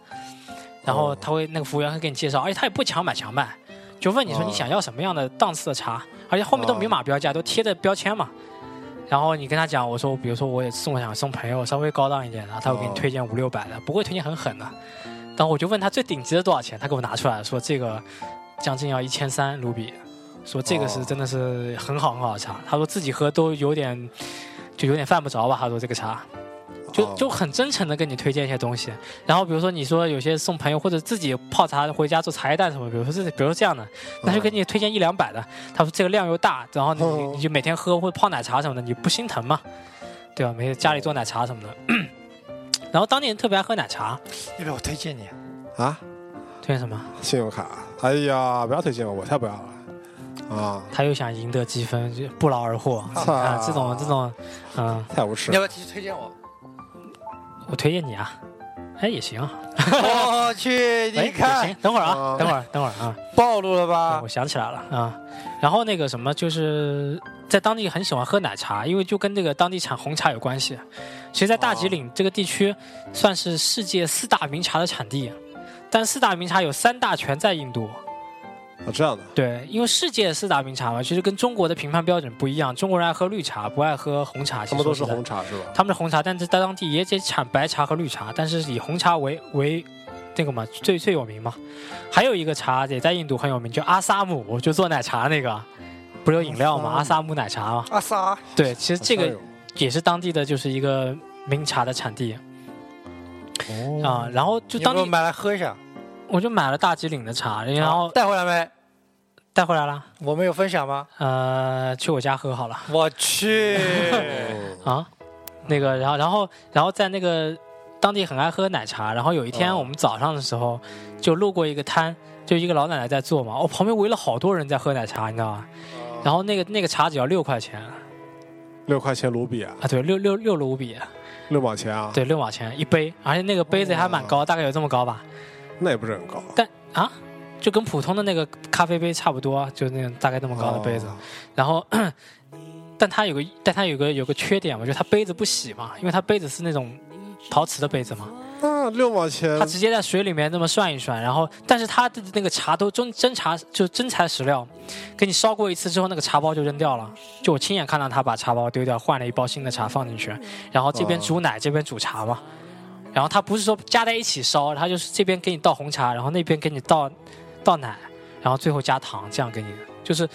A: 然后
B: 哦
A: 他会那个服务员会给你介绍，而且他也不会强买强卖，就问你说
B: 哦
A: 你想要什么样的档次的茶，而且后面都明码标价，都贴的标签嘛。然后你跟他讲，我说，比如说我也送想送朋友稍微高档一点的，他会给你
B: 哦
A: 推荐五六百的，不会推荐很狠的。然后我就问他最顶级的多少钱，他给我拿出来说这个将近要一千三卢比，说这个是
B: 哦
A: 真的是很好很好的茶。他说自己喝都有点就有点犯不着吧，他说这个茶。就
B: 哦
A: 就很真诚的跟你推荐一些东西，然后比如说你说有些送朋友或者自己泡茶回家做茶叶蛋什么，比如说这比如说这样的，
B: 嗯
A: 那就给你推荐一两百的，他说这个量又大，然后你、
B: 哦
A: 你就每天喝或者泡奶茶什么的，你不心疼嘛？对吧？每天家里做奶茶什么的， [COUGHS] 然后当地人特别爱喝奶茶，
C: 要不要我推荐你？
B: 啊，
A: 推荐什么？
B: 信用卡，哎呀，不要推荐我，我才不要了啊！
A: 他又想赢得积分，就不劳而获
B: 操
A: 啊！这种这种，嗯、
B: 太无耻
C: 你要
B: 了
C: 不要继续推荐
A: [LAUGHS]
C: 我？
A: 我推荐你啊，哎也行啊，
C: 我去，
A: 哎
C: 你
A: 也
C: 看
A: 行，等会儿啊
B: 哦，
A: 等会儿等会儿啊。
C: 暴露了吧
A: 我？想起来了啊、然后那个什么，就是在当地很喜欢喝奶茶，因为就跟这个当地产红茶有关系。其实，在大吉岭这个地区，算是世界四大名茶的产地，但四大名茶有三大全在印度。
B: 啊！这样的
A: 对，因为世界四大名茶嘛，其实跟中国的评判标准不一样，中国人爱喝绿茶，不爱喝红茶。
B: 他们都是红
A: 茶，
B: 茶是吧？啊
A: 他们是红茶，但是在当地也也产白茶和绿茶，但是以红茶为为。那个嘛，最最有名嘛，还有一个茶也在印度很有名，就阿萨姆，就做奶茶那个，不是有饮料吗？阿
B: 阿
A: 萨姆奶茶嘛。
C: 阿萨，
A: 对，其实这
B: 好像
A: 个
B: 有
A: 也是当地的就是一个名茶的产地
B: 哦
A: 啊、然后就
C: 你要
A: 当
C: 不要
A: 地
C: 买来喝一下？
A: 我就买了大吉岭的茶，然后
C: 带回来没？
A: 带回来了，
C: 我们有分享吗？
A: 呃，去我家喝好了。
C: 我
A: [LAUGHS]
C: 去，
B: 哦
A: 啊，那个，然后，然后，然后在那个当地很爱喝奶茶，然后有一天
B: 哦
A: 我们早上的时候就路过一个摊，就一个老奶奶在做嘛，我、哦旁边围了好多人在喝奶茶，你知道吗？
B: 哦
A: 然后那个那个茶只要六块钱啊，
B: 六块钱卢比啊，
A: 对，六六六卢比，
B: 六毛钱啊，
A: 对，六毛钱一杯，而且那个杯子还
B: 哦
A: 蛮高，大概有这么高吧，
B: 那也不是很高。
A: 但啊。就跟普通的那个咖啡杯差不多，就那种大概那么高的杯子，
B: 哦
A: 然后， [CLEARS THROAT] 但它有个，但它有个有个缺点嘛，就是它杯子不洗嘛，因为它杯子是那种陶瓷的杯子嘛，
B: 那啊六毛钱
A: 他直接在水里面那么涮一涮，然后，但是他的那个茶都真真茶就真材实料，给你烧过一次之后，那个茶包就扔掉了。就我亲眼看到他把茶包丢掉，换了一包新的茶放进去，然后这边
B: 哦
A: 煮奶，这边煮茶嘛。然后他不是说加在一起烧，他就是这边给你倒红茶，然后那边给你倒倒奶，然后最后加糖，这样给你，就是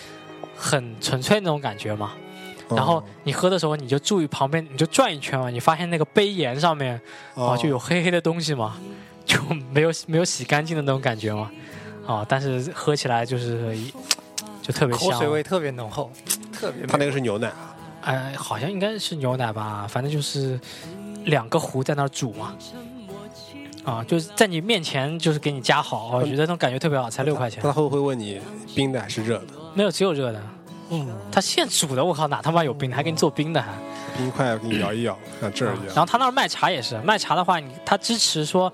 A: 很纯粹那种感觉嘛。
B: 哦嗯
A: 然后你喝的时候，你就注意旁边，你就转一圈嘛，你发现那个杯沿上面
B: 哦
C: 哦
A: 啊，就有黑黑的东西嘛，就没有没有洗干净的那种感觉嘛，啊，但是喝起来就是一就特别
C: 口
A: 香，啊
C: 水味特别浓厚，特别美
B: 他那个是牛奶啊，
A: 呃，好像应该是牛奶吧，反正就是两个壶在那儿煮嘛，啊，就是在你面前就是给你加好，我觉得那种感觉特别好，才六块钱
C: 嗯
B: 那，他会不会问你冰的还是热的？
A: 没有只有热的，
B: 嗯，
A: 他现煮的，我靠，哪他妈有冰的，还给你做冰的还。
B: 冰块给你摇一摇，像这儿一
A: 然
B: 样。
A: 后他那儿卖茶也是，卖茶的话，你他支持说，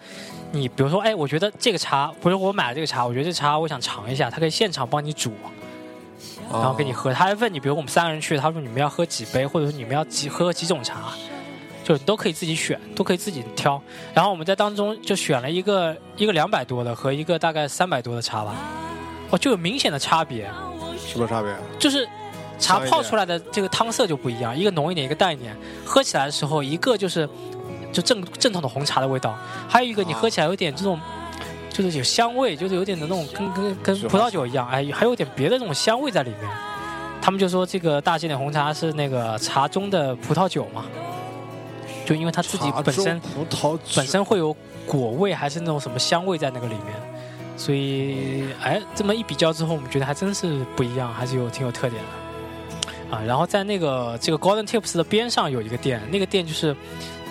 A: 你比如说，哎，我觉得这个茶，比如说我买了这个茶，我觉得这茶我想尝一下，他可以现场帮你煮，
B: 啊
A: 然后给你喝。他还问你，比如我们三个人去，他说你们要喝几杯，或者说你们要几喝几种茶，就是你都可以自己选，都可以自己挑。然后我们在当中就选了一个一个两百多的和一个大概三百多的茶吧，哦，就有明显的差别。
B: 什么差别？啊
A: 就是茶
B: 香一
A: 泡
B: 点
A: 出来的这个汤色就不一样，一个浓一点，一个淡一点。喝起来的时候，一个就是就正正统的红茶的味道，还有一个你
B: 啊
A: 喝起来有点这种。就是有香味，就是有点的那种跟跟跟
B: 是
A: 葡萄酒一样，哎，还有点别的那种香味在里面。他们就说这个大吉岭红茶是那个茶中的葡萄酒嘛，就因为它自己
B: 茶
A: 本
B: 中
A: 身
B: 葡萄酒
A: 本身会有果味还是那种什么香味在那个里面，所以哎，这么一比较之后，我们觉得还真是不一样，还是有挺有特点的啊。然后在那个这个 Golden Tips 的边上有一个店，那个店就是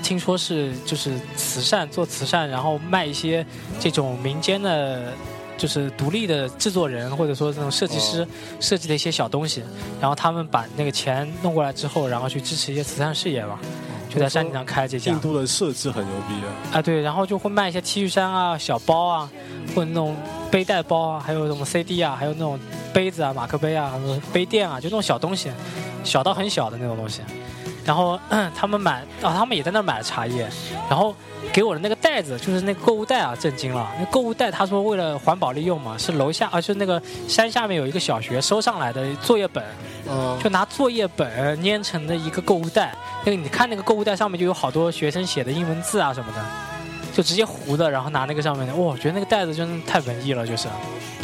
A: 听说是就是慈善做慈善，然后卖一些这种民间的。就是独立的制作人或者说这种设计师设计的一些小东西，然后他们把那个钱弄过来之后，然后去支持一些慈善事业嘛，就在山顶上开这家。
B: 印度的设计很牛逼啊，
A: 啊，对，然后就会卖一些 T 恤衫啊、小包啊，或者那种背带包啊，还有什么 CD 啊，还有那种杯子啊、马克杯啊、杯垫啊，就那种小东西，小 [CLEARS THROAT] 到很小的那种东西。然后他们买，啊，他们也在那儿买了茶叶，然后给我的那个袋子，就是那个购物袋啊，震惊了。那购物袋他说为了环保利用嘛，是楼下啊，就是那个山下面有一个小学收上来的作业本，
B: 嗯
A: 就拿作业本粘成的一个购物袋。那个你看那个购物袋上面就有好多学生写的英文字啊什么的，就直接糊的，然后拿那个上面的，哇，我觉得那个袋子真的太文艺了，就是。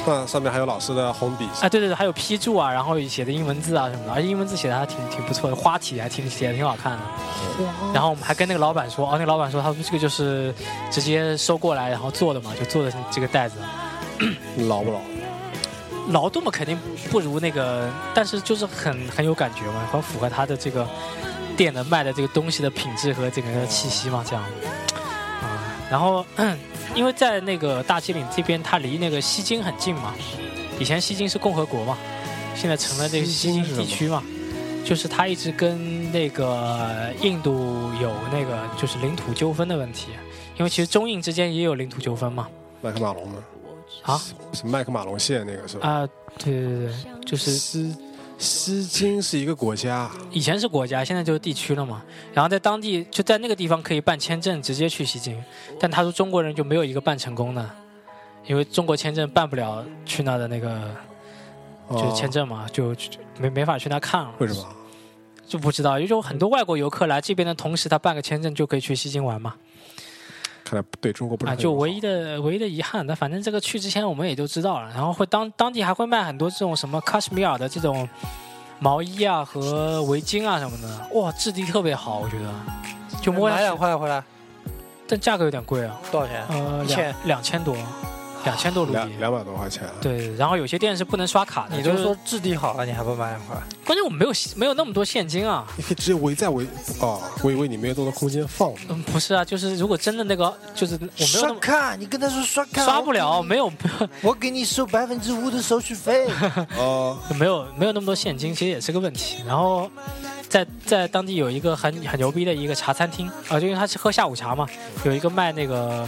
B: 啊，上面还有老师的红笔，
A: 啊，对对对，还有批注啊，然后写的英文字啊什么的，而且英文字写的还挺挺不错的，花体还挺写的挺好看的。然后我们还跟那个老板说，哦，那个老板说，他说这个就是直接收过来然后做的嘛，就做的这个袋子，
B: 老不老？
A: 劳动嘛肯定不如那个，但是就是很很有感觉嘛，很符合他的这个店的卖的这个东西的品质和整个的气息嘛，这样啊。然后 [CLEARS THROAT] 因为在那个大兴岭这边，它离那个西京很近嘛，以前西京是共和国嘛，现在成了这个西
B: 西
A: 京
B: 京是
A: 地区嘛。就是它一直跟那个印度有那个就是领土纠纷的问题，因为其实中印之间也有领土纠纷嘛。
B: 麦克马龙吗？
A: 啊
B: 是麦克马龙线那个是吧？
A: 啊、对对对对，就是
B: 西西京是一个国家，啊
A: 以前是国家，现在就是地区了嘛。然后在当地就在那个地方可以办签证，直接去西京。但他说中国人就没有一个办成功的，因为中国签证办不了去那的那个就是签
B: 哦
A: 证嘛，就就就没没法去那看了。
B: 为什么？
A: 就不知道，也就有很多外国游客来这边的同时，他办个签证就可以去西京玩嘛。
B: 看来对中国不是
A: 啊，
B: 很
A: 就
B: 友好
A: 唯一的唯一的遗憾。但反正这个去之前我们也就知道了，然后会当当地还会卖很多这种什么喀什米尔的这种毛衣啊和围巾啊什么的，哇，质地特别好，我觉得。就摸
C: 买
A: 下
C: 两
A: 去，
C: 块回来
A: 但价格有点贵啊，
C: 多少钱？
A: 呃，
C: 一千
A: 两两千多，两千多卢比
B: 两。两百多块钱啊，
A: 对，然后有些店是不能刷卡的，
C: 你
A: 就
C: 都
A: 是
C: 说质地好了，你还不买两块？
A: 关键我没有没有那么多现金啊，
B: 你可以直接围在围啊，我以为你没有多的空间放呢。
A: 嗯，不是啊，就是如果真的那个就是我没有那
C: 刷
A: 么
C: 卡，你跟他说刷卡，
A: [LAUGHS] 刷不了，没
B: [LAUGHS]
A: 有
C: 我给你收百分之五的手续费。
B: 哦，
A: [LAUGHS] 没有没有那么多现金，其实也是个问题。然后在在当地有一个很很牛逼的一个茶餐厅啊、就因为他是喝下午茶嘛，有一个卖那个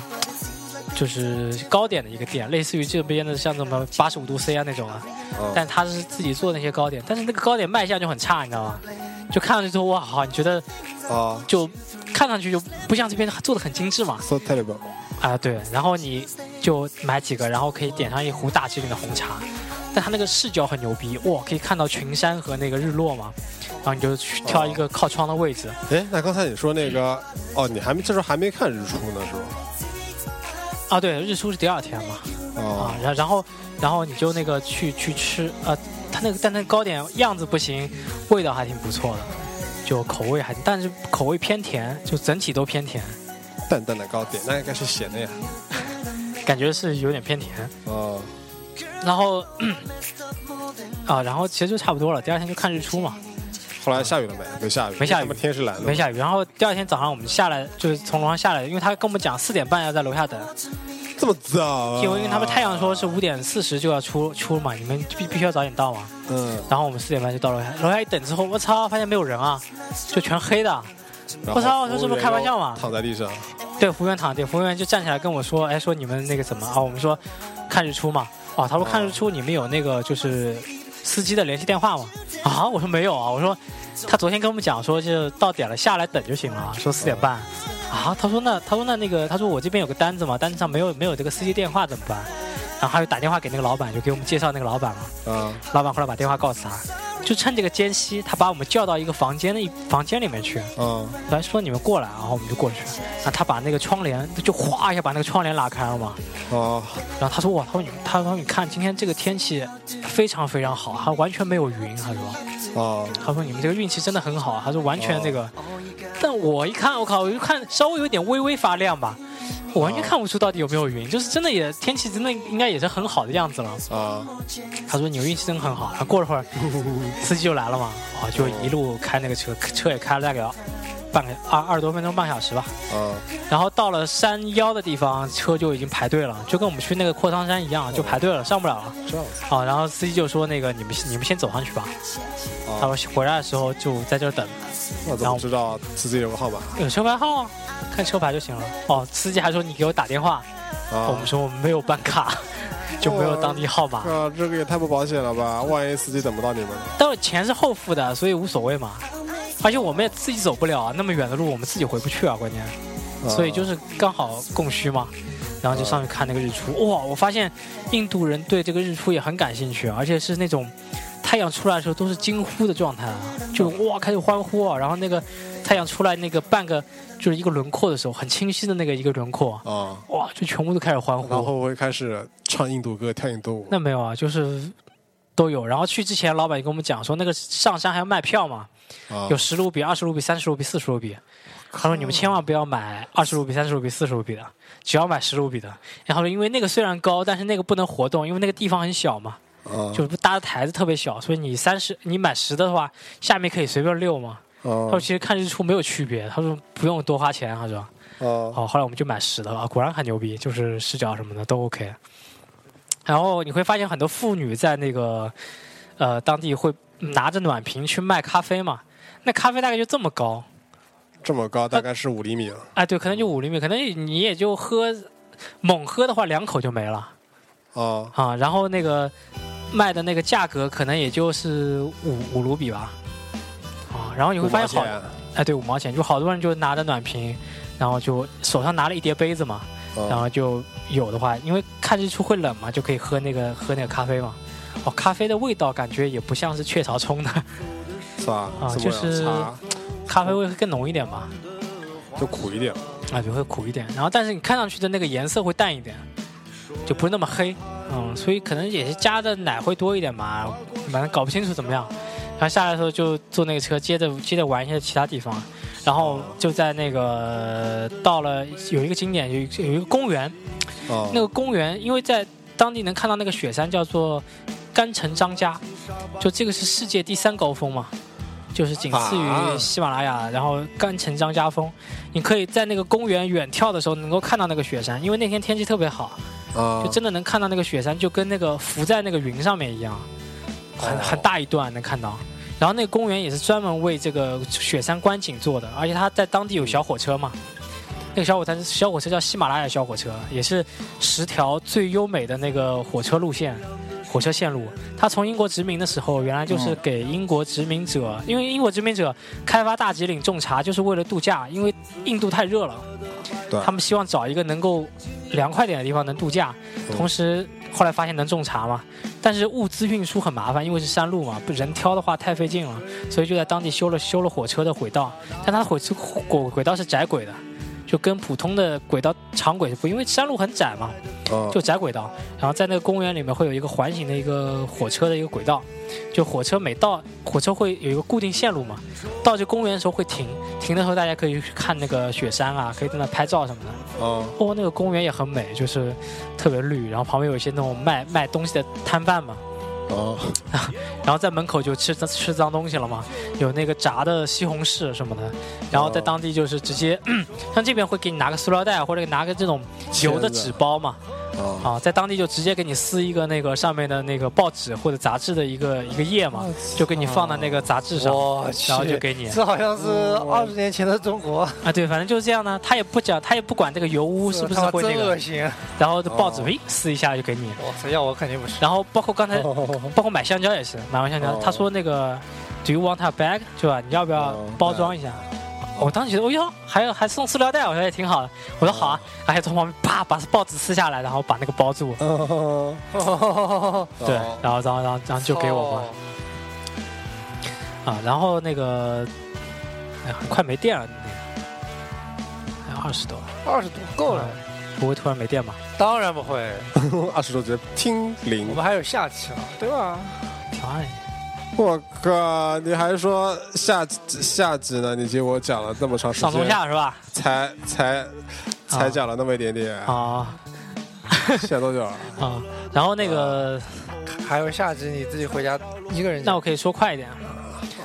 A: 就是糕点的一个店，类似于这边的像什么八十五度 C 啊那种啊，
B: 哦
A: 但他是自己做那些糕点，但是那个糕点卖相就很差，你知道吗？就看上去说哇好，你觉得
B: 啊
A: 就看上去就不像这边做的很精致嘛，
B: ，so terrible，
A: 啊，对，然后你就买几个，然后可以点上一壶大吉岭的红茶，但它那个视角很牛逼，哇，可以看到群山和那个日落嘛，然后你就去挑一个靠窗的位置，
B: 哎，那刚才你说那个，哦，你还没这时候还没看日出呢，是吧？
A: 啊，对，日出是第二天嘛，啊
B: 哦，，
A: 然然后然后你就那个去去吃，呃，它那个但那个糕点样子不行，味道还挺不错的，就口味还，但是口味偏甜，就整体都偏甜，
B: 淡淡的糕点，那应该是咸的呀。
A: 感觉是有点偏甜，
B: 哦，
A: 然后 [COUGHS] 啊，然后其实就差不多了，第二天就看日出嘛。
B: 后来下雨了没？没下雨，
A: 没下雨
B: 他们天是蓝的，
A: 没。下雨。然后第二天早上我们下来，就是从楼上下来，因为他跟我们讲四点半要在楼下等，
B: 这么早啊？
A: 因为因为他们太阳说是五点四十就要出出嘛，你们必必须要早点到嘛。
B: 嗯，
A: 然后我们四点半就到楼下，楼下一等之后，我操，发现没有人啊，就全黑的。
B: 然后
A: 我操
B: 服务
A: 这是不是
B: 员
A: 开玩笑嘛
B: 又躺在地上，
A: 对，服务员躺对，服务员就站起来跟我说，哎，说你们那个怎么啊？我们说看日出嘛。啊，他说看日出，你们有那个就是司机的联系电话吗？啊，我说没有啊，我说他昨天跟我们讲说，就是到点了下来等就行了，说四点半。啊，他说那他说那那个他说我这边有个单子嘛，单子上没有没有这个司机电话怎么办？然后他就打电话给那个老板，就给我们介绍那个老板嘛。
B: 啊，
A: 老板后来把电话告诉他，就趁这个间隙，他把我们叫到一个房间的一房间里面去。
B: 嗯，
A: 来说你们过来，然后我们就过去。啊，他把那个窗帘就哗一下把那个窗帘拉开了嘛。
B: 哦，
A: 然后他说哇，他说你他说你看今天这个天气非常非常好，还完全没有云。他说
B: 哦，
A: 他说你们这个运气真的很好啊，他说完全那个。但我一看，我靠，我就看稍微有点微微发亮吧，我完全看不出到底有没有云，就是真的也天气真的应该也是很好的样子了。
B: 啊，
A: 他说你运气真很好。然后过了会儿，司机就来了嘛，啊，就一路开那个车，车也开了大概半个二二十多分钟，半个小时吧。
B: 啊，
A: 然后到了山腰的地方，车就已经排队了，就跟我们去那个阔苍山一样，就排队了，上不了了。
B: 这样子，
A: 啊，然后司机就说那个你们你们先走上去吧，他
B: 啊，
A: 说回来的时候就在这儿等，
B: 那怎
A: 然后
B: 么知道司机有个号码？
A: 有车牌号啊，看车牌就行了。哦，司机还说你给我打电话，我
B: 啊
A: 们，说我们没有办卡， [LAUGHS] 就没有当地号码，
B: 啊，这个也太不保险了吧！万一司机等不到你们呢，
A: 但是钱是后付的，所以无所谓嘛。而且我们也自己走不了啊，那么远的路我们自己回不去啊，关键所以就是刚好供需嘛。然后就上去看那个日出，哇！我发现印度人对这个日出也很感兴趣，啊而且是那种太阳出来的时候都是惊呼的状态啊，就哇开始欢呼啊，然后那个太阳出来那个半个就是一个轮廓的时候，很清晰的那个一个轮廓，
B: 啊，
A: 哇，就全部都开始欢
B: 然
A: 呼。
B: 后会开始唱印度歌、跳印度舞。
A: 那没有啊，就是都有。然后去之前，老板也跟我们讲说，那个上山还要卖票嘛，
B: 啊
A: 有十卢比、二十卢比、三十卢比、四十卢比。他说你们千万不要买二十卢比、三十卢比、四十卢比的，只要买十卢比的。然后因为那个虽然高，但是那个不能活动，因为那个地方很小嘛，
B: 啊
A: 就是搭的台子特别小，所以你三十你买十的话，下面可以随便溜嘛。他说
B: 啊
A: 其实看日出没有区别，他说不用多花钱，他说。
B: 啊！
A: 哦好，后来我们就买实的了，啊果然很牛逼，就是视角什么的都 OK。然后你会发现很多妇女在那个呃当地会拿着暖瓶去卖咖啡嘛，那咖啡大概就这么高，
B: 这么高大概是五厘米啊
A: 哎，对，可能就五厘米，可能你也就喝猛喝的话两口就没了
B: 啊
A: 啊。然后那个卖的那个价格可能也就是五五卢比吧，啊，然后你会发现好
B: 五毛钱
A: 哎，对，五毛钱，就好多人就拿着暖瓶，然后就手上拿了一叠杯子嘛。然
B: 啊
A: 后就有的话，因为看日出会冷嘛，就可以喝那个喝那个咖啡嘛。哦，咖啡的味道感觉也不像是雀巢冲的， [LAUGHS]
B: 是吧？
A: 啊
B: 怎么
A: 就
B: 样
A: 是
B: 茶
A: 咖啡味会更浓一点嘛，
B: 就苦一点
A: 啊，就会苦一点。然后但是你看上去的那个颜色会淡一点，就不是那么黑，嗯，所以可能也是加的奶会多一点嘛，反正搞不清楚怎么样。然后下来的时候就坐那个车，接着接着玩一些其他地方，然后就在那个到了有一个景点，有一有一个公园，
B: 啊。
A: 那个公园，因为在当地能看到那个雪山叫做甘城张家，就这个是世界第三高峰嘛，就是仅次于
B: 啊
A: 喜马拉雅，然后甘城张家峰。你可以在那个公园远眺的时候能够看到那个雪山，因为那天天气特别好，
B: 啊
A: 就真的能看到那个雪山，就跟那个浮在那个云上面一样，很
B: 哦
A: 很大一段能看到。然后那个公园也是专门为这个雪山观景做的，而且它在当地有小火车嘛，
B: 嗯
A: 那个小火车小火车叫喜马拉雅小火车，也是十条最优美的那个火车路线。火车线路，它从英国殖民的时候，原来就是给英国殖民者，因为英国殖民者开发大吉岭种茶就是为了度假，因为印度太热了，
B: 对
A: 他们希望找一个能够凉快点的地方能度假，
B: 嗯
A: 同时后来发现能种茶嘛，但是物资运输很麻烦，因为是山路嘛，不人挑的话太费劲了，所以就在当地修了修了火车的轨道，但它的火车轨轨道是窄轨的，就跟普通的轨道长轨是不，因为山路很窄嘛，
B: 啊
A: 就窄轨道，然后在那个公园里面会有一个环形的一个火车的一个轨道，就火车每到火车会有一个固定线路嘛，到这公园的时候会停，停的时候大家可以去看那个雪山啊，可以在那拍照什么的。
B: 啊
A: 哦，那个公园也很美，就是特别绿，然后旁边有一些那种卖卖东西的摊贩嘛，
B: 啊！
A: 然后在门口就吃吃脏东西了嘛，有那个炸的西红柿什么的，然后在
B: 哦
A: 当地就是直接，
C: 哦
A: [CLEARS THROAT] 像这边会给你拿个塑料袋或者拿个这种油的
B: 签子
A: 纸包嘛，
B: 啊
C: 哦
A: 啊，在当地就直接给你撕一个那个上面的那个报纸或者杂志的一个一个页嘛，就给你放在那个杂志上
C: 我去
A: 然后就给你
C: 这好像是二十年前的中国，
A: 啊，对，反正就是这样呢。他也不讲，他也不管这个油污是不是
C: 他妈
A: 会那
C: 真恶
A: 个，
C: 心？啊
A: 然后这报纸
B: 哦
A: 喂撕一下就给你，
C: 哇，谁要我肯定不 [LAUGHS] 是。
A: 然后包括刚才包括买香蕉也是，买完香蕉
B: 哦
A: 他说那个 Do you want a bag？对吧？你要不要
B: 哦
A: 包装一下？我当时觉得，哦哟，还有还送塑料袋，我觉得也挺好的。我说好啊，然后还从旁边啪把报纸撕下来，然后把那个包住，
B: 啊！
A: 对，然后然后然后然后就给我嘛。
C: 哦
A: 啊，然后那个，哎呀，快没电了，那个，还有二十多，啊
C: 二十多够了，
A: 不会突然没电吧？
C: 嗯当然不会，
B: 二十多节听
C: 我
B: 零，
C: 们还有下期呢，对吧？
A: 挺爱
B: 我靠！你还说下下集呢？你结果讲了这么长时
A: 上中
B: 间，
A: 下是吧？
B: 才才才讲了那么一点点，
A: 啊
B: 写多久啊？
A: 啊，然后那个，
C: 还有下集你自己回家一个人
A: 那
C: 讲
A: 我可以说快一点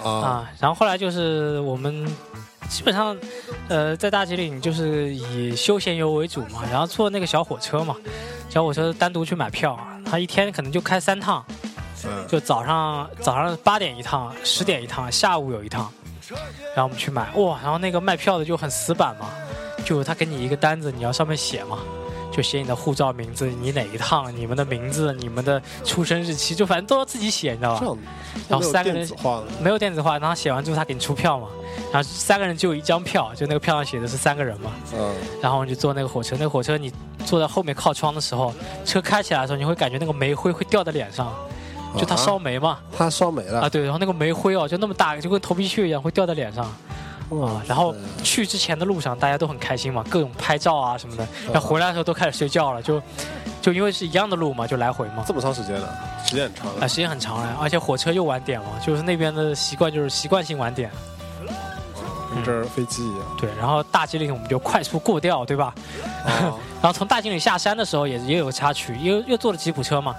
B: 啊
A: 啊。然后后来就是我们基本上，呃，在大吉岭就是以休闲游为主嘛，然后坐那个小火车嘛，小火车单独去买票，他一天可能就开三趟，
B: 嗯
A: 就早上早上八点一趟，十点一趟，下午有一趟，然后我们去买哇，然后那个卖票的就很死板嘛，就他给你一个单子，你要上面写嘛，就写你的护照名字、你哪一趟、你们的名字、你们的出生日期，就反正都要自己写，你知道
B: 这
A: 吧？
B: 样，
A: 然后
B: 有
A: 三个人
B: 电子化了，
A: 没有电子化，然后写完之后他给你出票嘛，然后三个人就有一张票，就那个票上写的是三个人嘛，
B: 嗯，
A: 然后你就坐那个火车，那个火车你坐在后面靠窗的时候，车开起来的时候，你会感觉那个煤灰会掉在脸上，就它烧
B: 啊
A: 煤嘛，
B: 它烧没了
A: 啊，对，然后那个煤灰哦，就那么大，就跟头皮屑一样会掉在脸上。啊，然后去之前的路上大家都很开心嘛，各种拍照啊什么的，然后回来的时候都开始睡觉了，就就因为是一样的路嘛，就来回嘛，
B: 这么长时间了，时间很长
A: 啊、
B: 了，
A: 时间很长了，而且火车又晚点嘛，就是那边的习惯就是习惯性晚点，
B: 跟这
A: 嗯
B: 儿飞机一样。
A: 对，然后大吉岭我们就快速过掉，对吧？
B: 啊
A: 然后从大金岭下山的时候也也有个插曲，又又坐了吉普车嘛。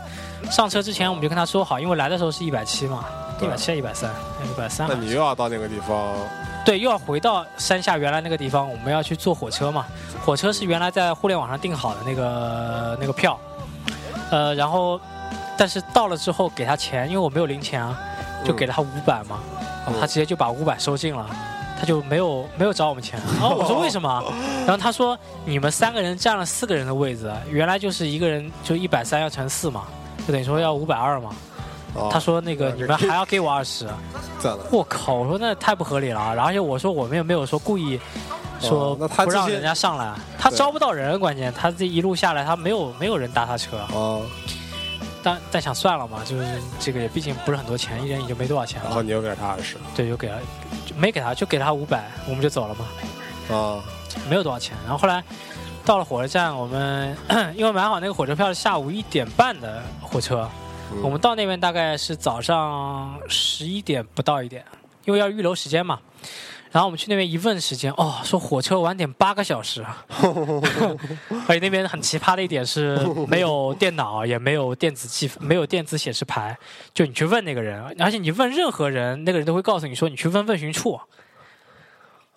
A: 上车之前我们就跟他说好，因为来的时候是一百七嘛，一
B: 对
A: 百七、一百三、一百三
B: 那，你又要到那个地方，
A: 对，又要回到山下原来那个地方，我们要去坐火车嘛。火车是原来在互联网上订好的那个那个票，呃，然后但是到了之后给他钱，因为我没有零钱啊， [LAUGHS] 就给了他五百嘛，
B: 嗯
A: 他直接就把五百收进了。他就没有没有找我们钱，然后我说为什么
B: [LAUGHS]
A: 啊？然后他说你们三个人占了四个人的位置，原来就是一个人就一百三要乘四嘛，就等于说要五百二嘛。
B: 啊
A: 他说那个你们还要给我二十，
B: 赞了。
A: 我靠！我说那太不合理了啊，然后而且我说我们也没有说故意说
B: 哦那他
A: 不让
B: 这些
A: 人家上来，他
B: 对
A: 招不到人，关键他这一路下来他没有没有人搭他车，
B: 啊，
A: 但但想算了嘛，就是这个也毕竟不是很多钱，一人也就没多少钱
B: 然后
A: 了，
B: 你又给了他二十
A: 对，就给了就没给他就给了他五百，我们就走了嘛，
B: 啊，
A: 没有多少钱。然后后来到了火车站，我们 [COUGHS] 因为买好那个火车票是下午一点半的火车，
B: 嗯
A: 我们到那边大概是早上十一点不到一点，因为要预留时间嘛。然后我们去那边一问时间，哦，说火车晚点八个小时啊。而且那边很奇葩的一点是，没有电脑，也没有电子计，没有电子显示牌。就你去问那个人，而且你问任何人，那个人都会告诉你说，你去问问询处。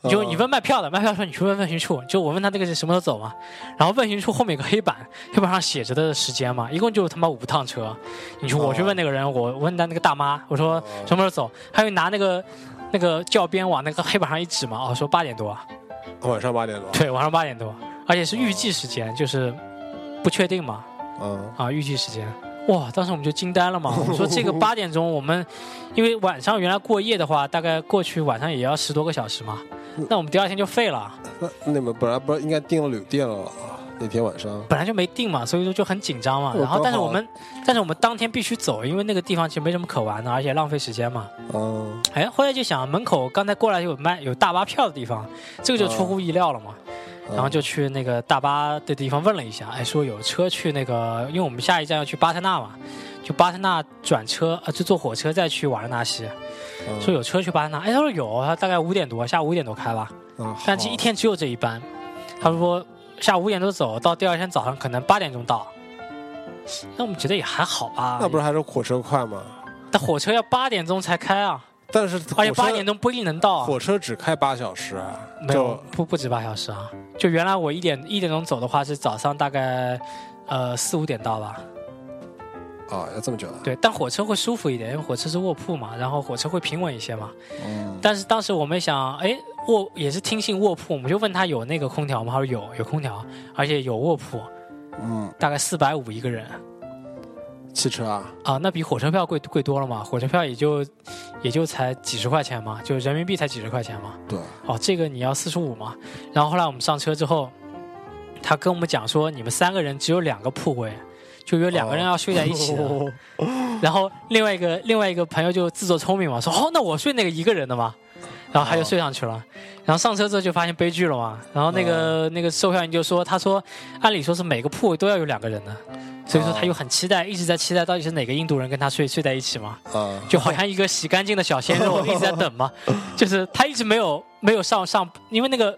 B: 嗯
A: 就你问卖票的，卖票说你去问问询处，就我问他这个是什么时候走嘛，然后问询处后面有个黑板，黑板上写着的时间嘛，一共就他妈五趟车。你去我去问那个人，我问他那个大妈，我说什么时候走，他又拿那个那个教鞭往那个黑板上一指嘛，哦，说八点多，
B: 哦晚上八点多，
A: [LAUGHS] 对，晚上八点多，而且是预计时间，就是不确定嘛，
B: 嗯，
A: 啊，预计时间。哇！当时我们就惊呆了嘛，我们说这个八点钟，我们因为晚上原来过夜的话，大概过去晚上也要十多个小时嘛，那我们第二天就废了。
B: 那那你们本来不是应该订了旅店了吧？那天晚上
A: 本来就没定嘛，所以说就很紧张嘛。
B: 我
A: 然后，
B: 哦刚
A: 但是
B: 好
A: 我们，但是我们当天必须走，因为那个地方其实没什么可玩的，而且浪费时间嘛。
B: 啊，
A: 哎，后来就想，门口刚才过来有卖有大巴票的地方，这个就出乎意料了嘛。
B: 哦
A: 嗯然后就去那个大巴的地方问了一下，哎，说有车去那个，因为我们下一站要去巴特纳嘛，就巴特纳转车，呃，就坐火车再去瓦伦纳西。
B: 嗯
A: 说有车去巴特纳，哎，他说有，他大概五点多，下午五点多开吧。
B: 啊，
A: 但是一
B: 好
A: 天只有这一班。他说下午五点多走，到第二天早上可能八点钟到。那我们觉得也还好吧。
B: 那不是还是火车快吗？
A: 但火车要八点钟才开啊，
B: 但是
A: 而
B: 火
A: 且
B: 车
A: 八点钟不一定能到、啊。
B: 火车只开八小时啊，
A: 没有
B: 就
A: 不不止八小时啊。就原来我一点一点钟走的话，是早上大概呃四五点到吧。
B: 啊要这么久啊？
A: 对，但火车会舒服一点，因为火车是卧铺嘛，然后火车会平稳一些嘛。
B: 嗯，
A: 但是当时我们也想，哎，卧也是听信卧铺，我们就问他有那个空调吗？他说有，有空调，而且有卧铺，
B: 嗯，
A: 大概四百五一个人。
B: 汽车啊，
A: 啊，那比火车票贵贵多了嘛？火车票也就也就才几十块钱嘛，就人民币才几十块钱嘛。
B: 对，
A: 哦，这个你要四十五嘛。然后后来我们上车之后，他跟我们讲说，你们三个人只有两个铺位，就有两个人要睡在一起的。然后另外一个另外一个朋友就自作聪明嘛，说哦，那我睡那个一个人的嘛。然后他就
B: 哦
A: 睡上去了，然后上车之后就发现悲剧了嘛。然后那个、那个售票员就说，他说按理说是每个铺位都要有两个人的，所以说他又很期待，一直在期待到底是哪个印度人跟他睡睡在一起嘛，
B: 啊，
A: 就好像一个洗干净的小鲜肉一直在等嘛，就是他一直没有没有上上，因为那个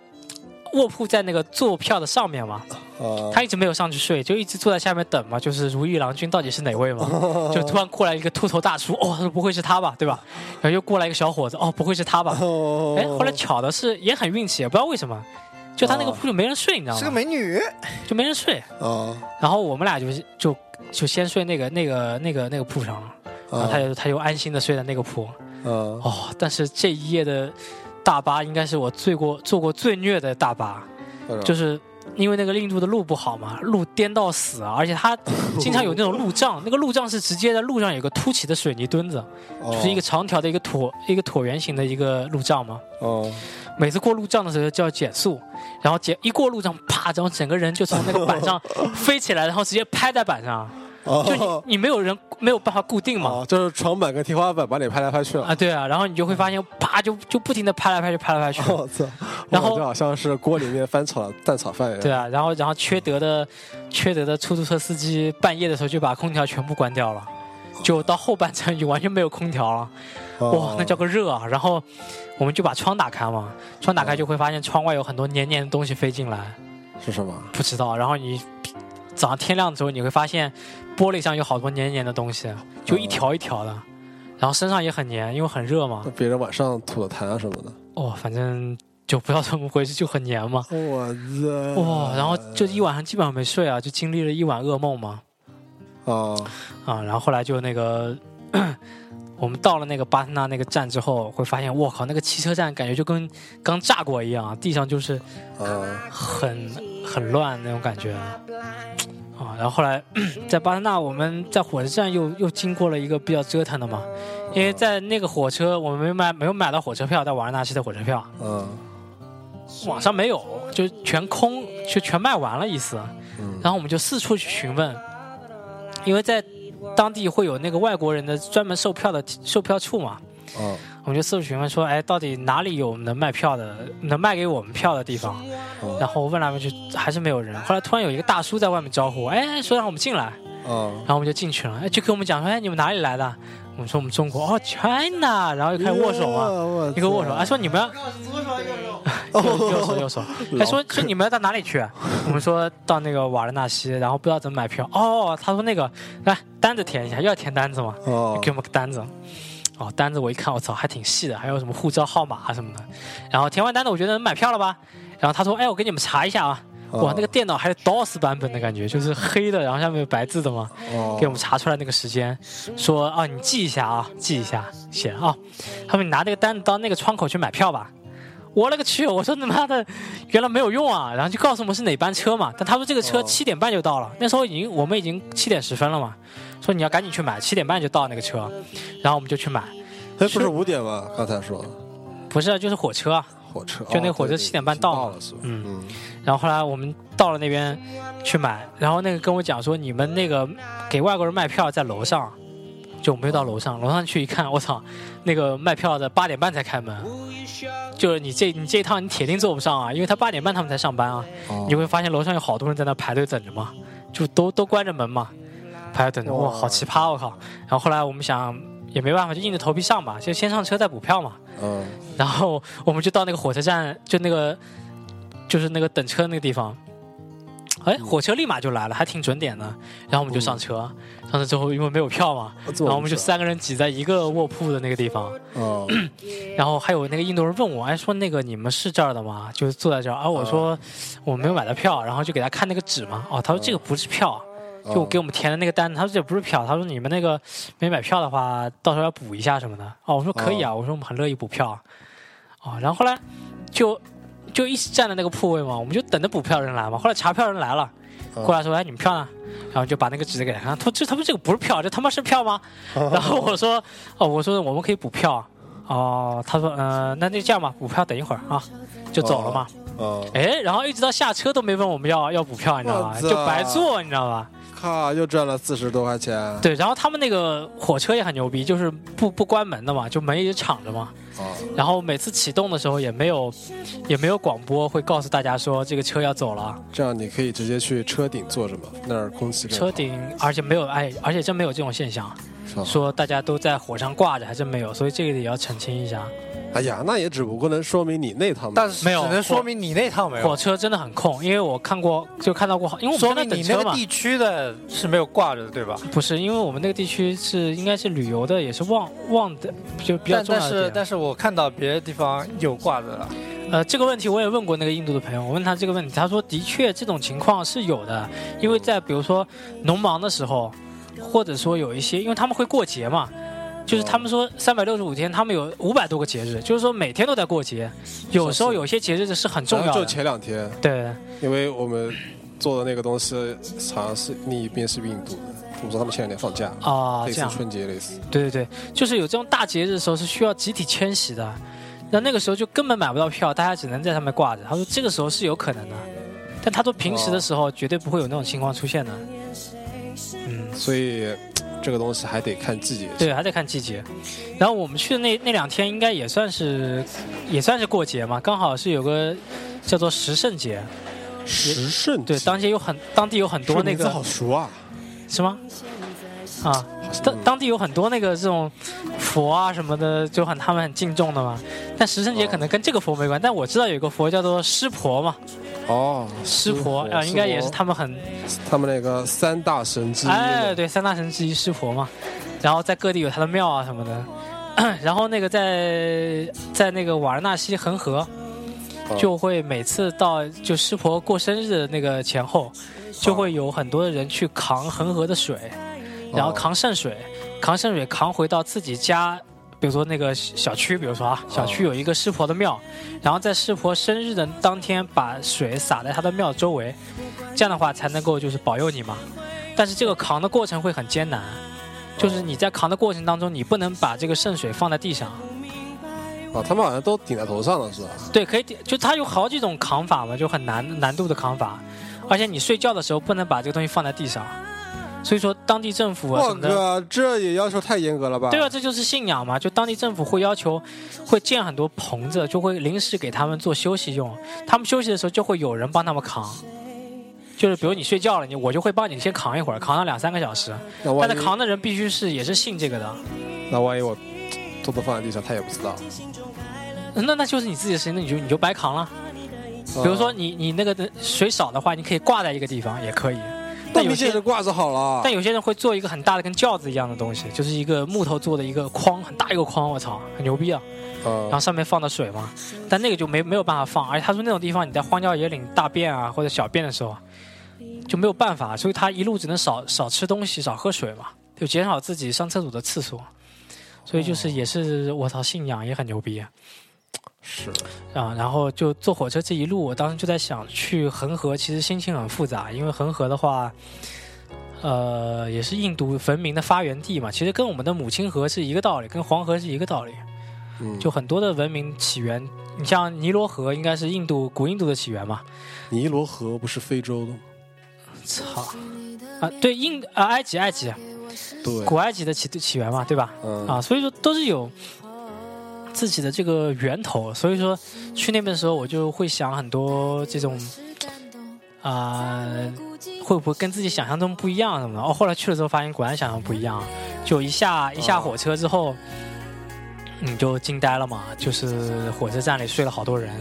A: 卧铺在那个坐票的上面嘛，
B: 啊，
A: 他一直没有上去睡，就一直坐在下面等嘛，就是如意郎君到底是哪位嘛？就突然过来一个秃头大叔，哦，他说不会是他吧，对吧？然后又过来一个小伙子，哦，不会是他吧？
B: 哦
A: 哎，后来巧的是也很运气，也不知道为什么，就他那个铺就没人睡，你知道
C: 哦是个
A: 吗？
C: 美女，
A: 就没人睡，
B: 啊，
A: 然后我们俩就就就先睡那个那个那个那个铺上了，
B: 哦
A: 然后他就他就安心的睡在那个铺。
B: 啊，
A: 哦，但是
B: 嗯
A: 这一夜的大巴应该是我坐过坐过最虐的大巴，就是因为那个印度的路不好嘛，路颠到死啊，而且
B: [LAUGHS]
A: 它经常有那种路障，那个路障是直接在路上有个凸起的水泥墩子，
B: 哦
A: 就是一个长条的一个椭一个椭圆形的一个路障嘛。
B: 哦，
A: 每次过路障的时候就要减速，然后减一过路障，啪，然后整个人就从那个板上飞起来，然后直接拍在板上，就
B: 哦，
A: 你你没有人没有办法固定嘛。
B: 哦，就是床板跟天花板把你拍来拍去了。
A: 啊，对啊，然后你就会发现，啪就就不停的拍来拍去，拍来拍去，
B: 我操！
A: 哎然后
B: 哇这好像是锅里面翻炒的蛋炒饭一样。
A: 对啊，然后然后缺德的缺德的出租车司机半夜的时候就把空调全部关掉了，就到后半程就 [LAUGHS] 完全没有空调了，
B: 哦，
A: 哇，那叫个热啊！然后我们就把窗打开嘛，窗打开就会发现窗外有很多黏黏的东西飞进来，
B: 是什么？
A: 不知道。然后你早上天亮之后，你会发现玻璃上有好多黏黏的东西，就一条一条的，然后身上也很黏，因为很热嘛
B: 那。别人晚上吐的痰啊什么的。
A: 哦，反正就不知道怎么回事，就很黏嘛。
B: 我操！
A: 哇、然后就一晚上基本上没睡啊，就经历了一晚噩梦嘛。
B: 哦，
A: 啊，然后后来就那个，我们到了那个巴塞纳那个站之后，会发现，我靠，那个汽车站感觉就跟刚炸过一样啊，地上就是
B: 啊，
A: 很很乱那种感觉啊。然后后来在巴塞纳，我们在火车站又又经过了一个比较折腾的嘛，因为在那个火车我们没有买没有买到火车票，在瓦伦纳西的火车票，
B: 嗯
A: 网上没有，就全空，就全卖完了意啊思。
B: 嗯，
A: 然后我们就四处去询问，因为在当地会有那个外国人的专门售票的售票处嘛，
B: 哦，
A: 我们就四处询问说，哎，到底哪里有能卖票的，能卖给我们票的地方？
B: 哦
A: 然后问来问去还是没有人。后来突然有一个大叔在外面招呼，哎，说让我们进来，
B: 哦，
A: 然后我们就进去了，哎，就跟我们讲说，哎，你们哪里来的？我们说我们中国，哦，China，然后就开始握手啊嘛。
B: 嘛
A: 一个握手，哎还说你们要 [LAUGHS] 右右手右手，还说说你们要到哪里去？我们说到那个瓦伦纳西，然后不知道怎么买票。哦，他说那个来单子填一下，又要填单子嘛，
B: 哦，
A: 给我们个单子。哦，单子我一看，我操，还挺细的，还有什么护照号码啊什么的。然后填完单子，我觉得能买票了吧？然后他说，哎，我给你们查一下啊。哇
B: 哦，
A: 那个电脑还是 DOS 版本的感觉，就是黑的，然后下面有白字的嘛。
B: 哦
A: 给我们查出来那个时间，说啊，你记一下啊，记一下，写啊。他说你拿那个单子到那个窗口去买票吧。我勒个去！我说他妈的，原来没有用啊！然后就告诉我们是哪班车嘛，但他说这个车
B: 哦
A: 七点半就到了，那时候已经我们已经七点十分了嘛，说你要赶紧去买，七点半就到那个车，然后我们就去买，
B: 哎，不是五点吗？刚才说
A: 不是就是火车啊，
B: 火车，
A: 就那个火车
B: 哦对对
A: 7点半
B: 已经
A: 到
B: 到
A: 了
B: 了是吧？
A: 嗯
B: 嗯，
A: 然后后来我们到了那边去买，然后那个跟我讲说你们那个给外国人卖票在楼上，就我们又到楼上，楼上去一看，我操，那个卖票的八点半才开门，就是你这你这一趟你铁定坐不上啊，因为他八点半他们才上班啊，
B: 哦
A: 你会发现楼上有好多人在那排队等着嘛，就都都关着门嘛，排队等着，哇，
B: 哇
A: 好奇葩，我靠！然后后来我们想也没办法，就硬着头皮上吧，就先上车再补票嘛。
B: 嗯，
A: 然后我们就到那个火车站，就那个就是那个等车那个地方。哎，火车立马就来了，还挺准点的。然后我们就上车，上车之后因为没有票嘛，然后我们就三个人挤在一个卧铺的那个地方。
B: 哦，
A: 然后还有那个印度人问我，哎，说那个你们是这儿的吗？就是坐在这儿。啊，我说我没有买到票，然后就给他看那个纸嘛。哦，他说这个不是票，
B: 哦
A: 就我给我们填的那个单，他说这不是票，他说你们那个没买票的话，到时候要补一下什么的。哦，我说可以啊，我说我们很乐意补票。哦，然后后来就就一直站在那个铺位嘛，我们就等着补票人来嘛。后来查票人来了，
B: 嗯
A: 过来说哎你们票呢？然后就把那个纸给他看，他说这他们这个不是票，这他妈是票吗？然后我说哦，我说我们可以补票。哦，他说嗯、呃那就这样吧，补票等一会儿啊，就走了嘛。
B: 哦，
A: 哎，然后一直到下车都没问我们要要补票，你知道吧？
B: 我操
A: 就白坐，你知道吧？
B: 靠，又赚了四十多块钱。
A: 对，然后他们那个火车也很牛逼，就是不不关门的嘛，就门一直敞着嘛。
B: 哦，
A: 然后每次启动的时候也没有也没有广播会告诉大家说这个车要走了，
B: 这样你可以直接去车顶坐着嘛，那儿空气更好
A: 车顶而且没有哎，而且真没有这种现象，
C: 哦
B: 是吧？
A: 说大家都在火上挂着，还真没有，所以这个也要澄清一下。
B: 哎呀，那也只不过能说明你那趟嘛
C: 但是
A: 没有
C: 只能
A: 火
C: 说明你那趟没
A: 火
C: 有，
A: 车真的很空，因为我看过就看到过好，因为我
C: 说
A: 们在
C: 明
A: 那
C: 你
A: 等
C: 那
A: 车
C: 个
A: 嘛。
C: 地区的是没有挂着的，对吧？
A: 不是，因为我们那个地区是应该是旅游的，也是旺旺的，就比较
C: 但
A: 重
C: 但
A: 要
C: 是
A: 的点。
C: 但是我看到别的地方有挂着的，
A: 呃，这个问题我也问过那个印度的朋友，我问他这个问题，他说的确这种情况是有的，因为在比如说农忙的时候，或者说有一些，因为他们会过节嘛，就是他们说三百六十五天，他们有五百多个节日，就是说每天都在过节，有时候有些节日是很重
B: 然后
A: 要
B: 就
A: 的。
B: 前两天，
A: 对，
B: 因为我们做的那个东西好像是另一边是印度的，我们说他们前两天放假，
A: 啊，
B: 类
A: 这
B: 似
A: 样，
B: 春节类似，
A: 对对对，就是有这种大节日的时候是需要集体迁徙的，那那个时候就根本买不到票，大家只能在上面挂着。他说这个时候是有可能的，但他说平
B: 哦
A: 时的时候绝对不会有那种情况出现的。嗯，
B: 所以这个东西还得看季节。
A: 对，还得看季节。然后我们去的那那两天应该也算是也算是过节嘛，刚好是有个叫做十圣节，
B: 时盛
A: 对，当地有很当地有很多那
B: 这名字好
A: 个
B: 熟啊，
A: 什么啊，
B: 好像
A: 当当地有很多那个这种佛啊什么的，就很他们很敬重的嘛。但十圣节可能跟这个佛没关，但我知道有个佛叫做湿婆嘛，
B: 哦，
A: 湿婆啊，应该也是他们很
B: 他们那个三大神之一。
A: 哎，，对，三大神之一湿婆嘛。然后在各地有他的庙啊什么的。 [CLEARS THROAT] 然后那个在在那个瓦尔纳西恒河，
B: 哦
A: 就会每次到就湿婆过生日的那个前后，
B: 哦
A: 就会有很多的人去扛恒河的水，然
B: 哦
A: 后扛圣水，扛圣水扛回到自己家，比如说那个小区，比如说啊，小区有一个湿婆的庙，然后在湿婆生日的当天把水洒在他的庙周围，这样的话才能够就是保佑你嘛。但是这个扛的过程会很艰难，就是你在扛的过程当中，你不能把这个圣水放在地上。
B: 啊，他们好像都顶在头上了，是吧？
A: 对，可以点，就它有好几种扛法嘛，就很难难度的扛法，而且你睡觉的时候不能把这个东西放在地上，所以说当地政府啊什
B: 哇
A: 么的，
B: 哥，这也要求太严格了吧？
A: 对啊，，这就是信仰嘛，就当地政府会要求，会建很多棚子，就会临时给他们做休息用，他们休息的时候就会有人帮他们扛。就是比如你睡觉了，你我就会帮你先扛一会儿，扛上两三个小时。
B: 那
A: 但
B: 万
A: 是
B: 一
A: 扛的人必须是也是信这个的，
B: 那万一我偷偷放在地上，他也不知道。
A: 那那就是你自己的事情，那你就你就白扛了。比
B: 比
A: 如说你你那个的水少的话，你可以挂在一个地方也可以。
B: 那
A: 但有
B: 明显
A: 些
B: 是挂着好了。
A: 但有些人会做一个很大的跟轿子一样的东西，就是一个木头做的一个筐，很大一个筐，我操，很牛逼啊！然
B: 啊
A: 后上面放的水嘛，但那个就没没有办法放，而且他说那种地方你在荒郊野岭大便啊或者小便的时候啊就没有办法，所以他一路只能少少吃东西，少喝水嘛，就减少自己上厕所的次数。所以就是也是我操，信仰也很牛逼啊！
B: 是
A: 啊，然后就坐火车这一路，我当时就在想，去恒河其实心情很复杂，因为恒河的话，呃，也是印度文明的发源地嘛，其实跟我们的母亲河是一个道理，跟黄河是一个道理，
B: 嗯，
A: 就很多的文明起源，你像尼罗河应该是印度古印度的起源嘛，
B: 尼罗河不是非洲的吗？
A: 操啊，对印啊埃及埃及
B: 对，
A: 古埃及的起起源嘛，对吧？
B: 嗯
A: 啊，所以说都是有自己的这个源头，所以说去那边的时候，我就会想很多这种啊、会不会跟自己想象中不一样什么的？哦，后来去了之后发现果然想象不一样，就一下一下火车之后，你就惊呆了嘛，就是火车站里睡了好多人，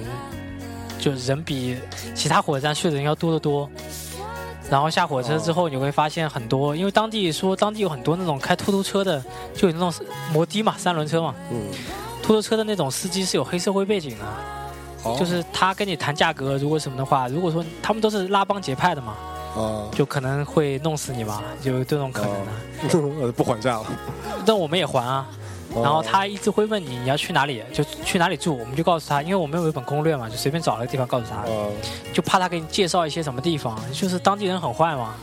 A: 就人比其他火车站睡的人要多得多。然后下火车之后，你会发现很多，因为当地说当地有很多那种开突突车的，就有那种摩的嘛，三轮车嘛，
B: 嗯，
A: 突突车的那种司机是有黑社会背景的，
B: 哦
A: 就是他跟你谈价格，如果什么的话，如果说他们都是拉帮结派的嘛， [LAUGHS]
B: 啊， [LAUGHS]
A: 就可能会弄死你嘛，有这种可能的。
B: 呃不还价了。
A: 但我们也还啊，
B: 哦
A: 然后他一直会问你你要去哪里，就去哪里住，我们就告诉他，因为我们有一本攻略嘛，就随便找了个地方告诉他，
B: 啊，
A: 就怕他给你介绍一些什么地方，就是当地人很坏嘛。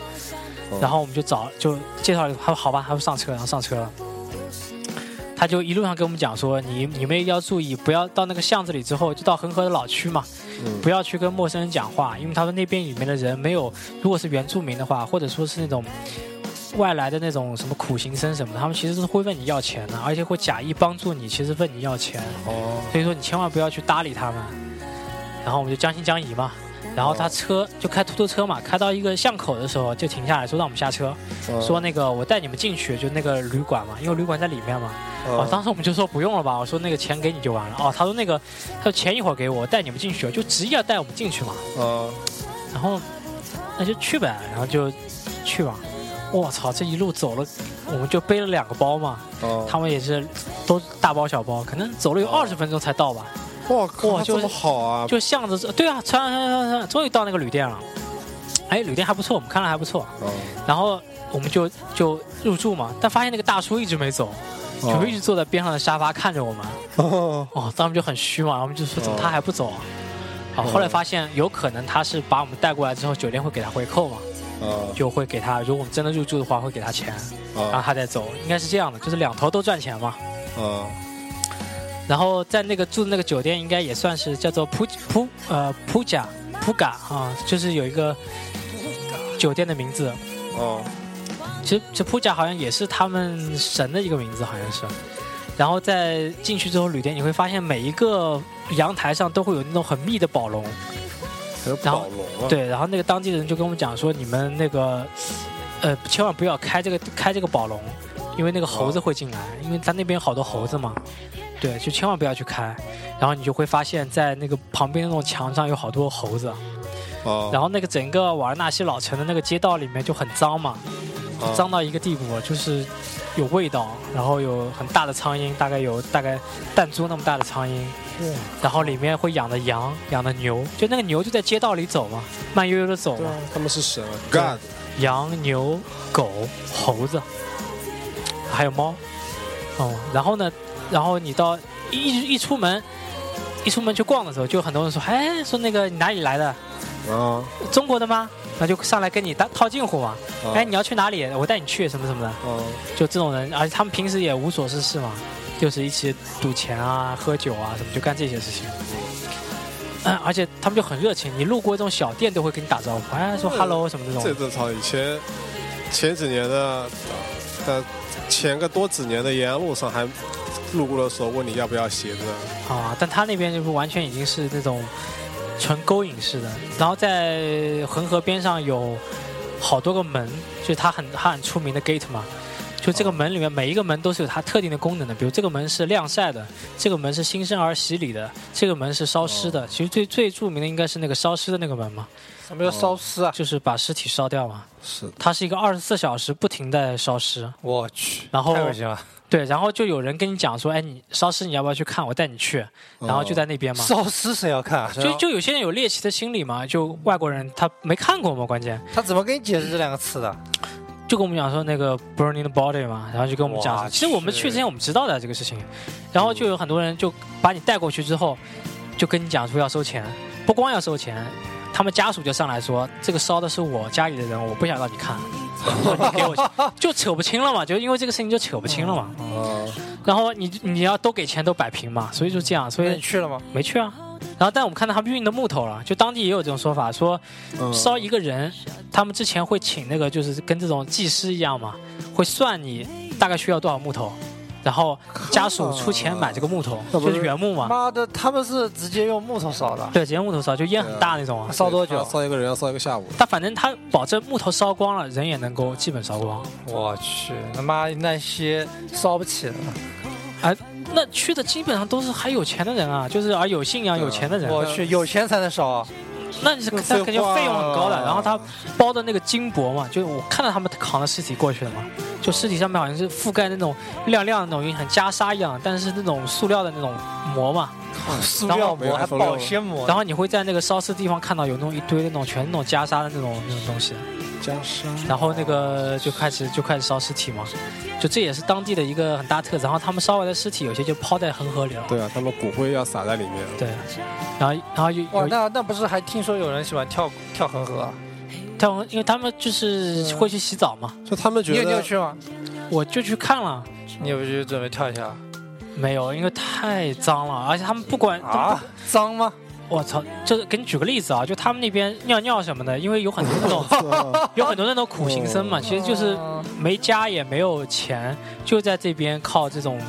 B: 哦
A: 然后我们就找就介绍了，他说好吧，他说上车，然后上车了。他就一路上跟我们讲说，你你们一定要注意，不要到那个巷子里之后，就到恒河的老区嘛，
B: 嗯
A: 不要去跟陌生人讲话，因为他说那边里面的人没有，如果是原住民的话，或者说是那种外来的那种什么苦行僧什么的，他们其实是会问你要钱的，而且会假意帮助你，其实问你要钱。
B: 哦，
A: 所以说你千万不要去搭理他们。然后我们就将信将疑嘛，然后他车就开突突车嘛，开到一个巷口的时候就停下来说让我们下车，
B: 啊
A: 说那个我带你们进去，就那个旅馆嘛，因为旅馆在里面嘛。哦，
B: 啊
A: 当时我们就说不用了吧，我说那个钱给你就完了。哦，他说那个，他说钱一会儿给我，我带你们进去，就执意要带我们进去嘛。
B: 啊，
A: 然后那就去呗，然后就去吧。我操，这一路走了，我们就背了两个包嘛，
B: 啊
A: 他们也是都大包小包，可能走了有二十分钟才到吧。
B: 哇靠，
A: 哇就
B: 这
A: 是
B: 么好啊！
A: 就巷子，对啊，穿穿穿穿，终于到那个旅店了。哎，旅店还不错，我们看了还不错。
B: 啊
A: 然后我们就就入住嘛，但发现那个大叔一直没走，就一直坐在边上的沙发看着我们。
B: 哦，
A: 哦，当时就很虚嘛，我们就说怎么
B: 哦
A: 他还不走啊？啊，后来发现有可能他是把我们带过来之后，酒店会给他回扣嘛，
B: 哦
A: 就会给他，如果我们真的入住的话，会给他钱，然后
B: 哦
A: 他再走，应该是这样的，就是两头都赚钱嘛。
B: 哦，
A: 然后在那个住的那个酒店，应该也算是叫做普普呃普甲普嘎啊，就是有一个酒店的名字。
B: 哦，
A: 其实这普甲好像也是他们神的一个名字，好像是。然后在进去之后，旅店你会发现每一个阳台上都会有那种很密的宝龙，
B: 还有
A: 然后
B: 宝龙啊，
A: 对。然后那个当地人就跟我们讲说，你们那个呃千万不要开这个开这个宝龙，因为那个猴
B: 啊
A: 子会进来，因为他那边好多猴子嘛。对，就千万不要去开。然后你就会发现，在那个旁边那种墙上有好多猴子，
B: 哦，
A: 然后那个整个瓦尔纳西老城的那个街道里面就很脏嘛。
B: 后
A: 脏到一个地步，就是有味道，然后有很大的苍蝇，大概有大概弹珠那么大的苍蝇，然后里面会养的羊、养的牛，就那个牛就在街道里走嘛，慢悠悠的走
B: 对
A: 嘛，
B: 啊，他们是神啊，God，
A: 羊、牛、狗、猴子，还有猫，哦、然后呢，然后你到一一一出门，一出门去逛的时候，就有很多人说，哎，说那个你哪里来的？
B: 啊，
A: 中国的吗？那就上来跟你搭套近乎嘛，
B: 啊
A: 哎，你要去哪里？我带你去什么什么的。
B: 哦
A: 就这种人，而且他们平时也无所事事嘛，就是一起赌钱啊、喝酒啊什么，就干这些事情。嗯，而且他们就很热情，你路过这种小店都会跟你打招呼，哎，说 hello 什么这
B: 这
A: 种。
B: 这操，以前前几年的，在前个多几年的延安路上还路过的时候问你要不要鞋子，
A: 啊，但他那边就是完全已经是那种纯勾引式的，然后在恒河边上有好多个门，就是它很它很出名的 gate 嘛。就这个门里面，每一个门都是有它特定的功能的，比如这个门是晾晒的，这个门是新生儿洗礼的，这个门是烧尸的。其实最最著名的应该是那个烧尸的那个门嘛，
C: 什
A: 哦
C: 么叫烧尸啊？
A: 就是把尸体烧掉嘛。
B: 是
A: 它是一个二十四小时不停的烧尸，
C: 我去，
A: 然后
C: 太恶心了！
A: 对，然后就有人跟你讲说，哎，你烧尸你要不要去看？我带你去， [LAUGHS] 然后就在那边嘛。
C: 烧尸谁要看啊？
A: 就就有些人有猎奇的心理嘛，就外国人他没看过嘛，关键
C: 他怎么跟你解释这两个词的？
A: 就跟我们讲说那个 burning the body 嘛，然后就跟我们讲
C: 哇
A: 说，其实我们
C: 是
A: 去之前我们知道的这个事情，然后就有很多人就把你带过去之后，就跟你讲说要收钱，不光要收钱，他们家属就上来说这个烧的是我家里的人，我不想让你
C: [LAUGHS]
A: 看，你给我钱就扯不清了嘛，就因为这个事情就扯不清了嘛，
C: 嗯
B: 啊，
A: 然后你你要都给钱都摆平嘛，所以就这样，所
C: 那你
A: 以
C: 去了吗？
A: 没去啊。然后，但我们看到他们运的木头了，就当地也有这种说法，说
B: 嗯
A: 烧一个人，他们之前会请那个就是跟这种技师一样嘛，会算你大概需要多少木头，然后家属出钱买这个木头，
B: 那不
A: 就是是原木嘛。
C: 妈的，他们是直接用木头烧的，
A: 对，直接木头烧，就烟很大那
B: 嗯
A: 种啊。
C: 烧多久
B: 对？烧一个人要烧一个下午，
A: 但反正他保证木头烧光了，人也能够基本烧光。
C: 我去，他妈那些烧不起的，
A: 那去的基本上都是还有钱的人啊，就是而有信仰、
B: 对啊
A: 有钱的人。
C: 我去，有钱才能烧啊！
A: 那你是那肯定费用很高的。然后他包的那个金箔嘛，就是我看到他们扛着尸体过去的嘛，就尸体上面好像是覆盖那种亮亮的那种，很袈裟一样，但是那种塑料的那种膜嘛。
C: 塑
A: 然
C: 料
A: 后
B: 没
C: 膜还
B: 塑料
C: 保鲜膜，
A: 然
C: 后
A: 后你会在那个烧尸地方看到有那种一堆那种全是那种袈裟的那种那种东西，
B: 加沙，
A: 然后那个就开始就开始烧尸体嘛，就这也是当地的一个很大特色。然后他们烧完的尸体有些就抛在恒河里了，
B: 对啊，他们骨灰要撒在里面，
A: 对，然后然后有
C: 哇，
A: 有
C: 那那不是还听说有人喜欢跳跳恒河啊？
A: 他们因为他们就是会去洗澡嘛，
B: 就他们
C: 你
B: 觉
C: 有你有
B: 得
C: 去吗？
A: 我就去看了。
C: 你有不有准备跳一下
A: 没有，因为太脏了，而且他们不管，
C: 啊？脏吗？
A: 我操！就是给你举个例子啊，就他们那边尿尿什么的，因为有很多那种 [LAUGHS] 有很多那种苦行僧嘛，其实就是
C: 嗯
A: 没家也没有钱，就在这边靠这种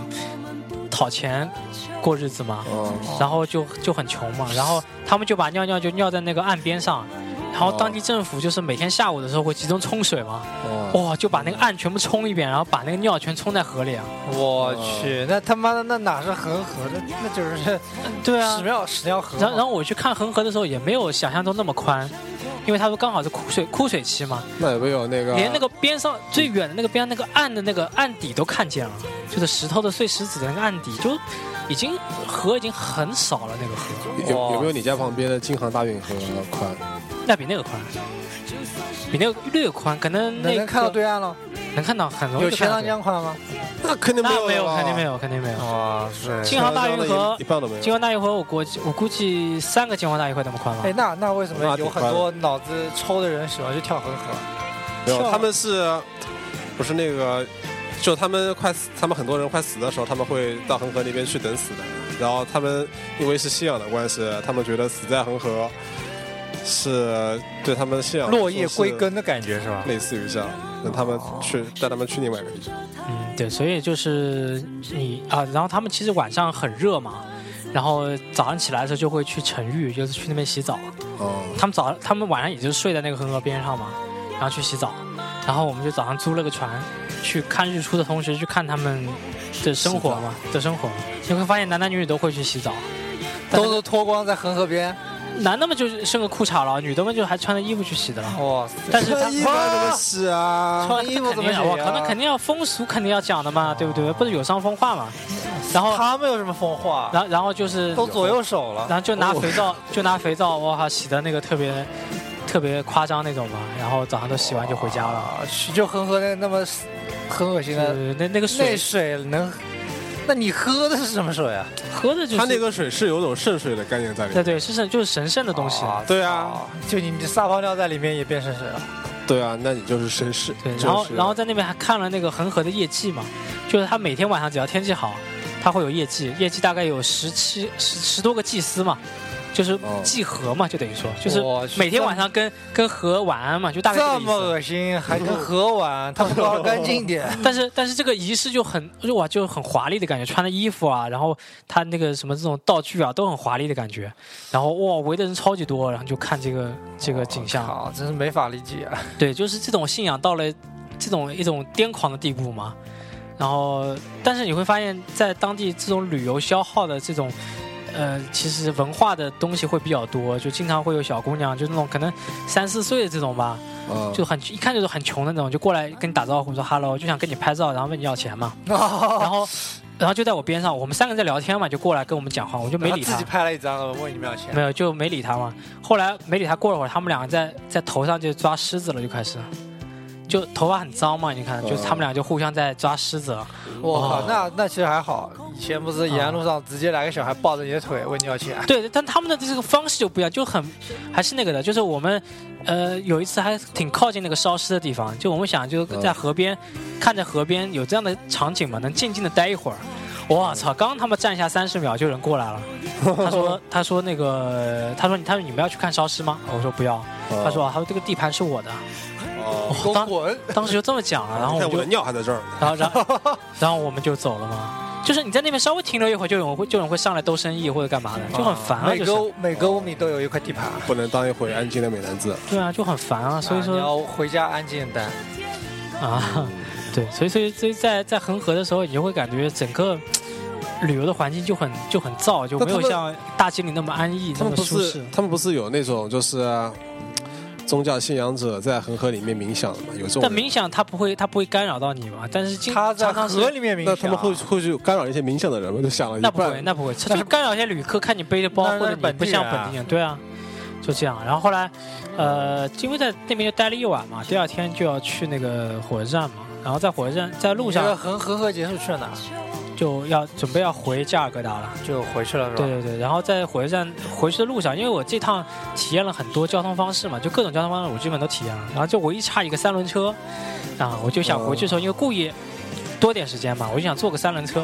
A: 讨钱过日子嘛，
B: 嗯，
A: 然后就就很穷嘛，然后他们就把尿尿就尿在那个岸边上。然后当地政府就是每天下午的时候会集中冲水嘛，
B: 哦，
A: 哇、就把那个岸全部冲一遍，然后把那个尿全冲在河里啊。
C: 我去，哦那他妈的那哪是恒河，那那就是
A: 对啊
C: 屎尿屎尿河嘛。
A: 然后，然后我去看恒河的时候，也没有想象中那么宽，因为他说刚好是枯水枯水期嘛，
B: 那有没有那个
A: 连那个边上最远的那个边上那个岸的那个岸底都看见了，就是石头的碎石子的那个岸底，就已经河已经很少了那个河。
B: 有有没有你家旁边的京杭大运河宽？
A: 那比那个宽，比那个略宽，可能那
C: 能
A: 个
C: 能看到对岸了？
A: 能看到，很容易
C: 有
A: 就
C: 钱
A: 看到
C: 塘江宽吗？
B: 那肯定没
A: 那
B: 有，
A: 没有，哦肯定没
B: 有。
A: 有，肯定没有。
C: 啊，是
A: 青航大运河
B: 一半都没有。
A: 金光大运河，我估计我估计三个金光大运河那么宽吧
C: 哎，。那那为什么
B: 那
C: 有
B: 挺
C: 很
B: 宽的
C: 多脑子抽的人喜欢去跳恒河？
B: 没有，
C: 跳
B: 他们是不是那个？就他们快死，他们很多人快死的时候，他们会到恒河那边去等死的。然后他们因为是信仰的关系，他们觉得死在恒河是对他们信
C: [LAUGHS]
B: 仰
C: 落叶归
B: 根。
C: 根的感觉是吧？
B: 类似于这样，让他们去带他们去另外一个地方。
A: 嗯，对，所以就是你啊，然后他们其实晚上很热嘛，然后早上起来的时候就会去沉浴，就是去那边洗澡。
B: 哦，
A: 他们早他们晚上也就睡在那个恒河边上嘛，然后去洗澡，然后我们就早上租了个船，去看日出的同时去看他们的生活嘛的生活，你会发现男男女女都会去洗澡，但
C: 都是脱光在恒河边，
A: 男的们就是剩个裤衩了，女的们就还穿着衣服去洗的了。
C: 哇塞！
A: 但是他
B: 衣服怎么洗啊？
C: 穿衣服怎么洗啊哦
A: 我靠，那肯定要风俗肯定要讲的嘛，对不对？不是有伤风化嘛。然后，
C: 他们有什么风化？
A: 然后然后就是，
C: 哦都左右手了，
A: 然后就拿肥
B: 哦
A: 皂，就拿肥皂，我靠，洗的那个特别特别夸张那种嘛。然后早上都洗完就回家了，
C: 啊，就恒河那那么很恶心
A: 就
C: 的
A: 是那那个
C: 那
A: 水
C: 水能，那你喝的是什么水啊？
A: 喝的就是
B: 它那个水是有种圣水的概念在里
A: 对
B: 面。
A: 对，是神就是神圣的东西。
C: 啊
B: 对啊，
C: 就你你撒泡尿在里面也变成水了，
B: 对啊，那你就是绅士。
A: 对，
B: 就是
A: 然后然后在那边还看了那个恒河的夜祭嘛，就是他每天晚上只要天气好，他会有夜祭，夜祭大概有十七十十多个祭司嘛，就是
B: 哦
A: 祭河嘛，就等于说就是
C: 我去
A: 每天晚上跟跟河晚安嘛，就大概
C: 这么
A: 这个意思。
C: 恶心，还跟河玩，他不搞得干净一点？
A: 但是但是这个仪式就很就哇就很华丽的感觉，穿的衣服啊，然后他那个什么这种道具啊都很华丽的感觉，然后哇围的人超级多，然后就看这个 [LAUGHS] 这个景象，
C: 好，真是没法理解啊！
A: 对，就是这种信仰到了这种一种癫狂的地步嘛。然后，但是你会发现在当地这种旅游消耗的这种，呃，其实文化的东西会比较多，就经常会有小姑娘，就那种可能三四岁的这种吧，
B: 嗯
A: 就很一看就是很穷的那种，就过来跟你打招呼说 “hello”，就想跟你拍照，然后问你要钱嘛。
C: 哦
A: 然后，然后就在我边上，我们三个人在聊天嘛，就过来跟我们讲话，我就没理
C: 自己拍了一张，问你们要钱
A: 没有，就没理他嘛。后来没理他，过了会儿，他们两个在在头上就抓虱子了，就开始，就头发很脏嘛，你看，
C: 哦
A: 就是他们俩就互相在抓虱子了。
C: 我靠
B: 哦，
C: 那那其实还好，以前不是沿路上直接来个小孩抱着你的腿问你要钱，
A: [LAUGHS] 对，但他们的这个方式就不一样，就很还是那个的，就是我们，呃，有一次还挺靠近那个烧尸的地方，就我们想就
B: 嗯
A: 在河边，看着河边有这样的场景嘛，能静静的待一会儿。我操！刚他们站下三十秒，就有人过来
B: [LAUGHS]
A: 了。他说：“他说那个，他说你，他说你们要去看烧尸吗？”我说不要。
B: 嗯
A: 他说：“啊，他说这个地盘是我的。”
B: 哦
C: 给我
A: 当
C: 滚！
A: 当时就这么讲了，然后
B: 你
A: 我
B: 看
A: 们就
B: 我的，尿还在这儿呢。
A: 然后然后然后我们就走了嘛。就是你在那边稍微停留一会儿，就有人会就有人会上来兜生意或者干嘛的，就很烦啊，
C: 哦每
A: 就是
C: 个每个五米都有一块地盘。
B: 不能当一回安静的美男子。
A: 对啊，就很烦啊。所
C: 啊
A: 以
C: 你
A: 说
C: 要嗯回家安静待。
A: 啊，对，所以所以所以在在恒河的时候，你就会感觉整个旅游的环境就很就很燥，就没有
B: 那他
A: 像大吉岭那么安逸
B: 他
A: 那
B: 们
A: 么
B: 不
A: 舒
B: 是
A: 适，。
B: 他们不是有那种就是啊宗教信仰者在恒河里面冥想的嘛？有这种
A: 但
B: 人。
A: 冥想它不会它不会干扰到你嘛，但是经
C: 他在
A: 常常是
C: 河里面冥想，
B: 那他们会会去干扰一些冥想的人吗？就想了一
A: 那
B: 半。
A: 不会，那
C: [LAUGHS]
A: 不会，他
C: 是
A: 就干扰一些旅客，看你背着包
C: 那是
A: 或者你
C: 本
A: 不
C: 地人
A: 像
C: 啊
A: 本地人，对啊，就这样。然后后来，呃，因为在那边就待了一晚嘛，第二天就要去那个火车站嘛，然后在火车站在路
C: 你这个
A: 上
C: 恒河河结束去了哪？
A: 就要准备要回加尔各答了。
C: 就回去了是吧？
A: 对对对，然后在火车站回去的路上，因为我这趟体验了很多交通方式嘛，就各种交通方式我基本都体验了，然后就唯一差一个三轮车，啊，我就想回去的时候，因为故意多点时间嘛，我就想坐个三轮车，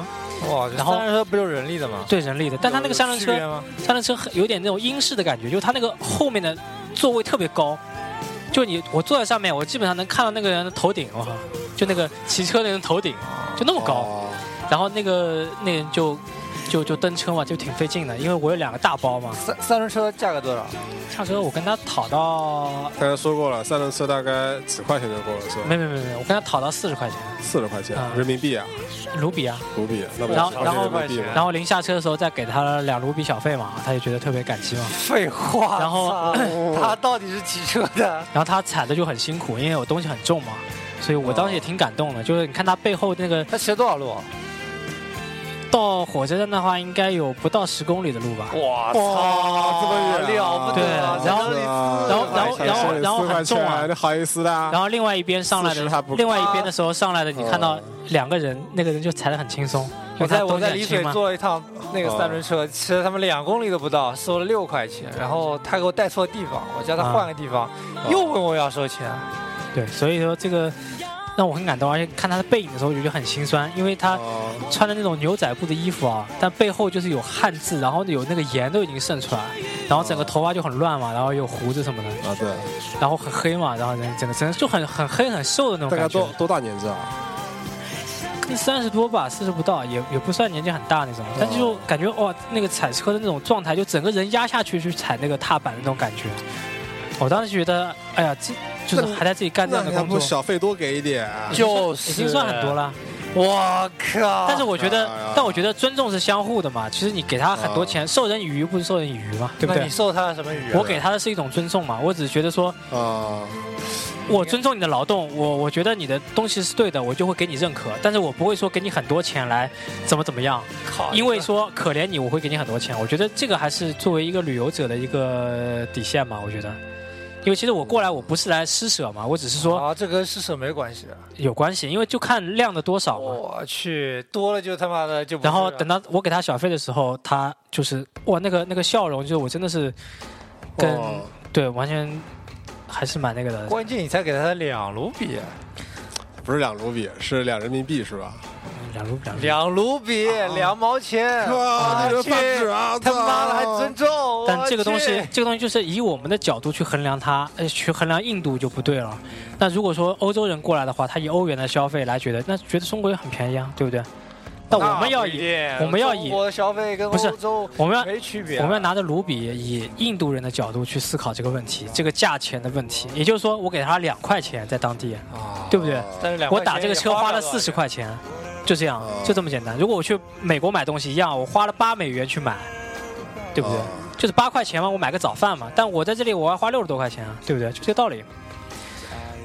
C: 哇，这
A: 然后
C: 三轮车不就是人力的吗？
A: 对人力的，但他那个三轮车
C: 有区别啊吗？
A: 三轮车很有点那种英式的感觉，就是它那个后面的座位特别高，就你我坐在上面，我基本上能看到那个人的头顶，我靠，就那个骑车的人头顶，就那么高。
B: 哦
A: 然后那个那人就就就蹬车嘛，就挺费劲的，因为我有两个大包嘛。
C: 三三轮车价格多少？
A: 下车我跟他讨到，
B: 刚才说过了，三轮车大概几块钱就够了，是吧？
A: 没没没没，我跟他讨到四十块钱
B: 四十块钱
A: 啊
B: 人民币啊，
A: 卢比啊。
B: 卢比，那不
A: 然后
B: 是
A: 然后
B: 人民币
C: 然
A: 然后临下车的时候再给他两卢比小费嘛，他就觉得特别感激嘛。
C: 废话
A: 然后 [LAUGHS]
C: 操他到底是骑车的？
A: 然后他踩的就很辛苦，因为我东西很重嘛，所以我当时也挺感动的。就是你看他背后那个
C: 他骑了多少路？
A: 到火车站的话，应该有不到十公里的路吧。
C: 哇
B: 哇啊这么远
C: 了不得啊！
A: 对然后
C: 这里
A: 然后然后然后然后很重啊
B: 那好意思的啊。
A: 然后另外一边上来的
B: 40还不，
A: 另外一边的时候上来的，你看到两个人，那个人就踩得很轻松。
C: 哦
A: 因
C: 我
A: 为他
C: 在
A: 东
C: 我
A: 西
C: 在
A: 很
C: 丽
A: 轻
C: 水
A: 嘛
C: 坐一趟那个三轮车，骑了他们两公里都不到，收了六块钱，然后他给我带错地方，我叫他换个地方，又问我要收钱，
A: 对，所以说这个让我很感动，而且看他的背影的时候，我就觉得很心酸，因为他
B: 哦
A: 穿的那种牛仔布的衣服啊，但背后就是有汗渍，然后有那个盐都已经渗出来，然后整个头发就很乱嘛，然后有胡子什么的，
B: 啊，对，
A: 然后很黑嘛，然后人整个整个就很很黑很瘦的那种
B: 大概
A: 感
B: 多
A: 觉，
B: 多大年纪啊？
A: 三十多吧，四十不到，也也不算年纪很大那种，
B: 哦
A: 但是就感觉哇、那个踩车的那种状态，就整个人压下去去踩那个踏板的那种感觉，我当时觉得，哎呀，这就是还在自己干这
B: 那
A: 样的
B: 你还
A: 工
B: 不
A: 作，
B: 小费多给一点？啊
C: 就是
A: 已经算很多了。
C: 我靠！
A: 但是我觉得
B: 哎呀，
A: 但我觉得尊重是相互的嘛。其实你给他很多钱，授人以鱼不如授人以渔嘛，对不
C: 那
A: 对
C: 你？受他的什么啊鱼？
A: 我给他的是一种尊重嘛。我只是觉得说，
B: 啊，
A: 我尊重你的劳动，我我觉得你的东西是对的，我就会给你认可。但是我不会说给你很多钱来怎么怎么样，
C: 靠，
A: 因为说可怜你，我会给你很多钱。我觉得这个还是作为一个旅游者的一个底线嘛。我觉得，因为其实我过来我不是来施舍嘛，我只是说
C: 啊，这跟施舍没关系。啊
A: 有关系，因为就看量的多少嘛。
C: 我去，多了就他妈的就不是
A: 然
C: 了。
A: 后等到我给他小费的时候，他就是哇，那个那个笑容，就是我真的是跟、
B: 哦
A: 对完全还是蛮那个的。
C: 关键你才给他两卢比，啊
B: 不是两卢比，是两人民币是吧？
A: 两路两路，
C: 两卢比，两毛钱，
B: 哇，
C: 我
B: 啊这
C: 去
B: 发指啊！
C: 他妈的还
B: 操
C: 尊重。我
A: 但这个东西
C: 去，
A: 这个东西就是以我们的角度去衡量它，呃，去衡量印度就不对了。那如果说欧洲人过来的话，他以欧元的消费来觉得，那觉得中国也很便宜啊，对不对？那我们要
C: 不一
A: 以
C: 定
A: 我们要以
C: 中国的消费跟
A: 不是
C: 欧洲
A: 我们要
C: 没区别，啊
A: 我们要拿着卢比，以印度人的角度去思考这个问题，这个价钱的问题。也就是说，我给他两块钱在当地，
C: 啊，
A: 对不对？
C: 但是两块钱
A: 我打这个车
C: 也
A: 花
C: 不多
A: 了四
C: 少
A: 十
C: 钱，
A: 块钱，就这样
B: 哦，
A: 就这么简单。如果我去美国买东西一样，我花了八美元去买，对不对
B: 哦？
A: 就是八块钱嘛，我买个早饭嘛。但我在这里我要花六十多块钱啊，对不对？就这个道理。
C: 哎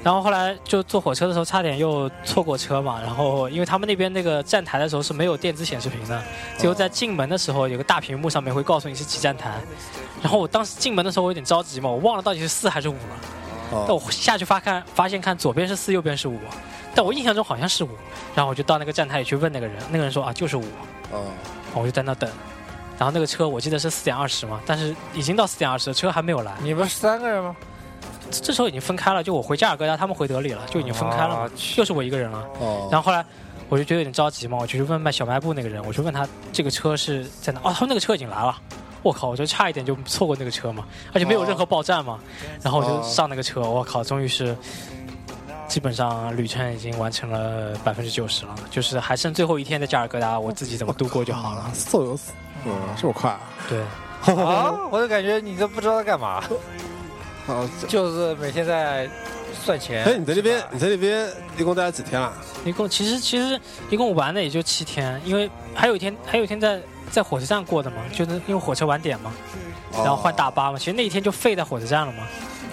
A: 然后后来就坐火车的时候差点又错过车嘛，然后因为他们那边那个站台的时候是没有电子显示屏的，只有在
C: 哦
A: 进门的时候有个大屏幕上面会告诉你是几站台。然后我当时进门的时候我有点着急嘛，我忘了到底是四还是五了。但
B: 哦
A: 我下去发看，发现看左边是四，右边是五，但我印象中好像是五，然后我就到那个站台里去问那个人，那个人说啊就是五，
B: 哦，
A: 我就在那等，然后那个车我记得是四点二十嘛，但是已经到四点二十了，车还没有来，
C: 你们是三个人吗？
A: 这这时候已经分开了，就我回加尔各答，他们回德里了，就已经分开了嘛
C: 啊，去
A: 又是我一个人了，
B: 哦，
A: 然后后来。我就觉得有点着急嘛，我就去问卖小卖部那个人，我就问他这个车是在哪？哦，他们那个车已经来了，我靠，我就差一点就错过那个车嘛，而且没有任何报站嘛，然后我就上那个车，我靠，终于是基本上旅程已经完成了百分之九十了，就是还剩最后一天在加尔各答，我自己怎么度过
B: [LAUGHS] 哦
A: 就好了。
B: 送油死，嗯，这么快啊？
A: 对，
C: 啊，我就感觉你都不知道在干嘛，
B: 啊，这
C: 就是每天在算钱。
B: 哎，你在这边
C: 是，吧
B: 你在这边一共待了几天啊了？
A: 一共其实其实一共玩了也就七天，因为还有一天还有一天在在火车站过的嘛，就是因为火车晚点嘛，
B: 哦
A: 然后换大巴嘛，其实那一天就废在火车站了嘛。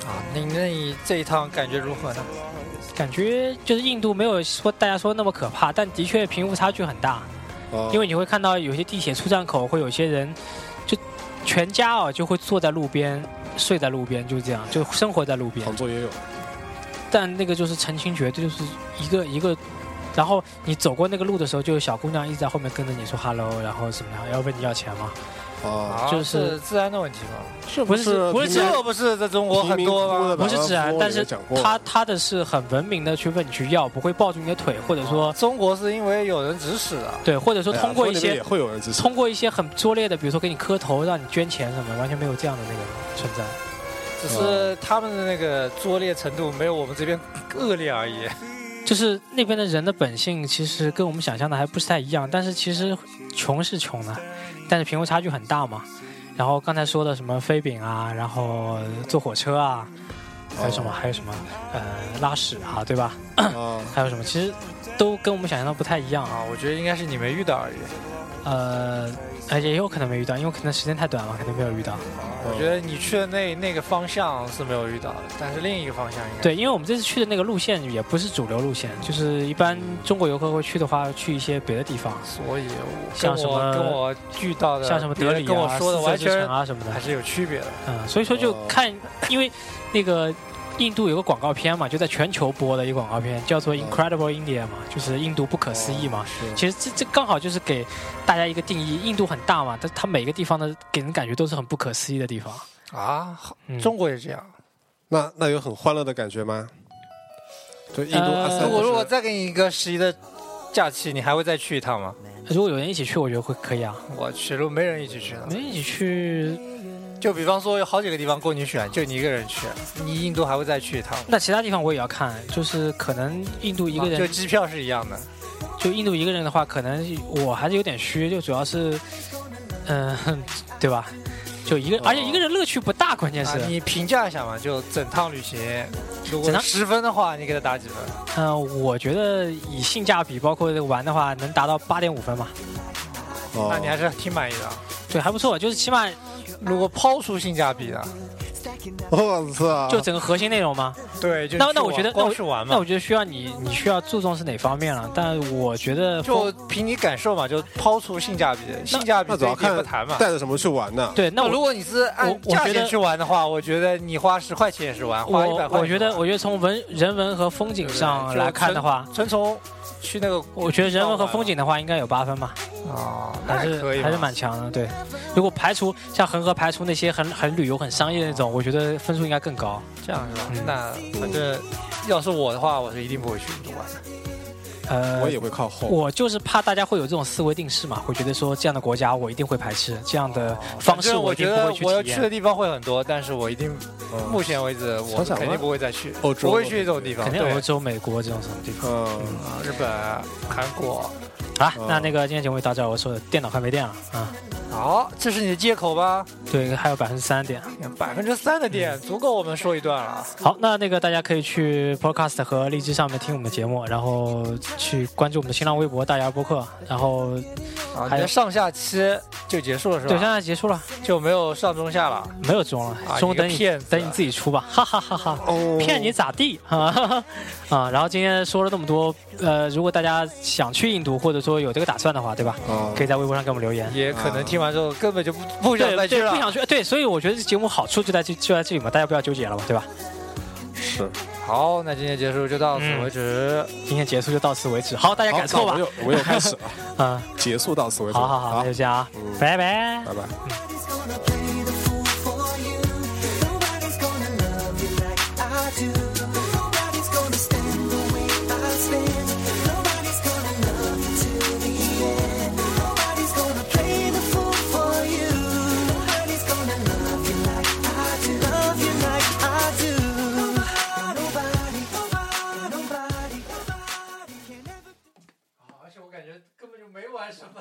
C: 啊，你那你这一趟感觉如何呢？
A: 感觉就是印度没有说大家说那么可怕，但的确贫富差距很大，
B: 哦，
A: 因为你会看到有些地铁出站口会有些人就全家哦就会坐在路边。睡在路边就这样，就生活在路边
B: 杭。州也有，
A: 但那个就是陈情绝对就是一个一个，然后你走过那个路的时候，就有小姑娘一直在后面跟着你说 hello，然后怎么样，要问你要钱吗？
B: 哦，
C: 啊，
A: 就是
C: 是治安的问题吗？
B: 是
A: 不是不是
B: 贫民
C: 这不是在中国
B: 贫
C: 很
B: 民
C: 多
B: 窟的
C: 吗？
A: 啊不是治安
B: 百万富翁
A: 但是
B: 里面讲过
A: 他他的是很文明的去问你去要，不会抱住你的腿，或者说
C: 啊中国是因为有人指使的。
A: 对，或者说
B: 哎哎呀
A: 通过
B: 说
A: 一
B: 你
A: 些
B: 们也会有人支持
A: 通过一些很拙劣的，比如说给你磕头，让你捐钱什么的，完全没有这样的那个存在。
C: 只是他们的那个拙劣程度没有我们这边恶劣而 [LAUGHS] 已。
A: 就是那边的人的本性其实跟我们想象的还不是太一样，但是其实穷是穷的，但是贫富差距很大嘛。然后刚才说的什么飞饼啊，然后坐火车啊，还有什么还有什么呃拉屎啊，对吧？
B: 啊，
A: [LAUGHS] 还有什么其实都跟我们想象的不太一样啊。
C: 啊，我觉得应该是你没遇到而已。
A: 呃，哎也有可能没遇到，因为可能时间太短了，可能没有遇到。
C: 我觉得你去的那那个方向是没有遇到的，但是另一个方向应该
A: 对，因为我们这次去的那个路线也不是主流路线，就是一般中国游客会去的话，去一些别的地方，
C: 所以我跟
A: 像什
C: 我
A: 么
C: 跟我遇到的
A: 像什么
C: 呃别
A: 德
C: 人
A: 里啊、
C: 跟我说的
A: 丝
C: 完
A: 绸之
C: 全
A: 城啊什么的
C: 还。是有区别的。
A: 嗯，所以说就
B: 哦
A: 看，因为那个印度有个广告片嘛，就在全球播的一个广告片，叫
C: 哦
A: 做《
B: 嗯
A: Incredible India》嘛，就是印度不可思议嘛。
B: 是
A: 其实这这刚好就是给大家一个定义，印度很大嘛，但它每个地方的给人感觉都是很不可思议的地方。
C: 啊，好
A: 嗯
C: 中国也这样。
B: 那那有很欢乐的感觉吗？对，印度
A: 呃
B: 阿三
A: 那
C: 如
B: 不
C: 果
B: 是
C: 嗯如果再给你一个十一的假期，你还会再去一趟吗？
A: 如果有人一起去，我觉得会可以啊。
C: 我去，如果没人一起去呢
A: 没？人一起去，
C: 就比方说有好几个地方供你选，就你一个人去，你印度还会再去一趟吗。
A: 那其他地方我也要看，就是可能印度一个人
C: 就机票是一样的，
A: 就印度一个人的话，可能我还是有点虚，就主要是，嗯、 [LAUGHS] 对吧？就一个，而且一个人乐趣不大，关键
C: 啊
A: 是，，
C: 你评价一下嘛，就整趟旅行，如果
A: 整趟
C: 十分的话，你给他打几分？
A: 嗯、我觉得以性价比包括这个玩的话，能达到八点五分嘛，
B: 哦
C: 那你还是挺满意的。
A: 对，还不错，就是起码
C: 如果抛出性价比的，
B: 哦 [LAUGHS] 我操，
A: 就整个核心内容嘛。
C: 对，就
A: 那
C: 去
A: 那我
C: 玩
A: 觉得那
C: 光
A: 我
C: 是玩
A: 那
C: 嘛
A: 我，觉得需要你，你需要注重是哪方面了？但我觉得
C: 就凭你感受嘛，就抛出性价比，性价比
B: 那主要
C: 最低
B: 看
C: 不谈嘛。
B: 带着什么去玩呢？
A: 对，那
C: 那
A: 我
C: 如果你是按
A: 我我
C: 价
A: 觉得
C: 钱去玩的话，我觉得你花十块钱也是玩，花一百
A: 我
C: 块
A: 我觉得我觉得从文人文和风景上来看的话，，
C: 对不对就纯纯从去那个
A: 我觉得人文和风景的话应该有八分吧。
C: 啊，那
A: 还是
C: 可以嘛，
A: 还是蛮强的。对，如果排除像恒河排除那些很很旅游很商业的那种，我觉得分数应该更高。
C: 这样是吧
A: 嗯？
C: 那反正要是我的话，我是一定不会去印度玩的。
A: 呃，
B: 我也会靠后。
A: 我就是怕大家会有这种思维定式嘛，会觉得说这样的国家我一定会排斥，这样的方
C: 反
A: 式
C: 正我
A: 一定
C: 觉
A: 不
C: 得
A: 会去
C: 我要
A: 体
C: 去
A: 验。
C: 的地方会很多，但是我一定
B: 嗯
C: 目前为止我
B: 想想吧
C: 肯定不会再去，
B: 欧洲
C: 不会去这种地方。
A: 肯定有
C: 对
A: 欧洲、美国这种什么地方。
B: 嗯，
C: 啊日本、韩国。啊
A: 好啦
B: 嗯，
A: 那那个今天节目就到这儿。我说的电脑快没电了啊，
C: 好，这是你的借口吧？
A: 对，还有百分之三点。
C: 百分之三的
A: 嗯
C: 电足够我们说一段了。
A: 好，那那个大家可以去 Podcast 和荔枝上面听我们的节目，然后去关注我们的新浪微博“大牙播客”，然后
C: 啊，你
A: 还有
C: 的上下期就结束了是吧？
A: 对，现在结束了。
C: 就没有上中下了。
A: 没有中了，
C: 啊
A: 中
C: 你个
A: 等你
C: 骗子
A: 等你自己出吧，哈哈哈哈。
B: 哦
A: 骗你咋地啊？哈 [LAUGHS] 哈啊，然后今天说了那么多，呃，如果大家想去印度，或者说有这个打算的话，对吧？
B: 啊
A: 可以在微博上给我们留言。
C: 也可能听完之后根本就不不想
A: 对
C: 再去
A: 对，
C: 了
A: 不。想去，哎对，所以我觉得这节目好处就在这就在这里嘛，大家不要纠结了嘛，对吧？
B: 是，
C: 好，那今天结束就到此
A: 嗯
C: 为止。
A: 今天结束就到此为止，好，大家
B: 好，
A: 感受
B: 那
A: 吧
B: 我。又我又开始了，
A: 嗯，
B: 结束到此为
A: [LAUGHS]
B: 止。
A: 好好好，那就这样啊，
B: 嗯
A: 拜拜。
B: 拜拜。
D: Nobody's gonna play the fool for you. Nobody's gonna love you like I do. Nobody's gonna stand the way I stand. Nobody's gonna love you till the end. Nobody's gonna play the fool for you. Nobody's gonna love you like I do. Love you like I do. Nobody, nobody, nobody, nobody can ever.
C: 而且我感觉根本就没玩什么。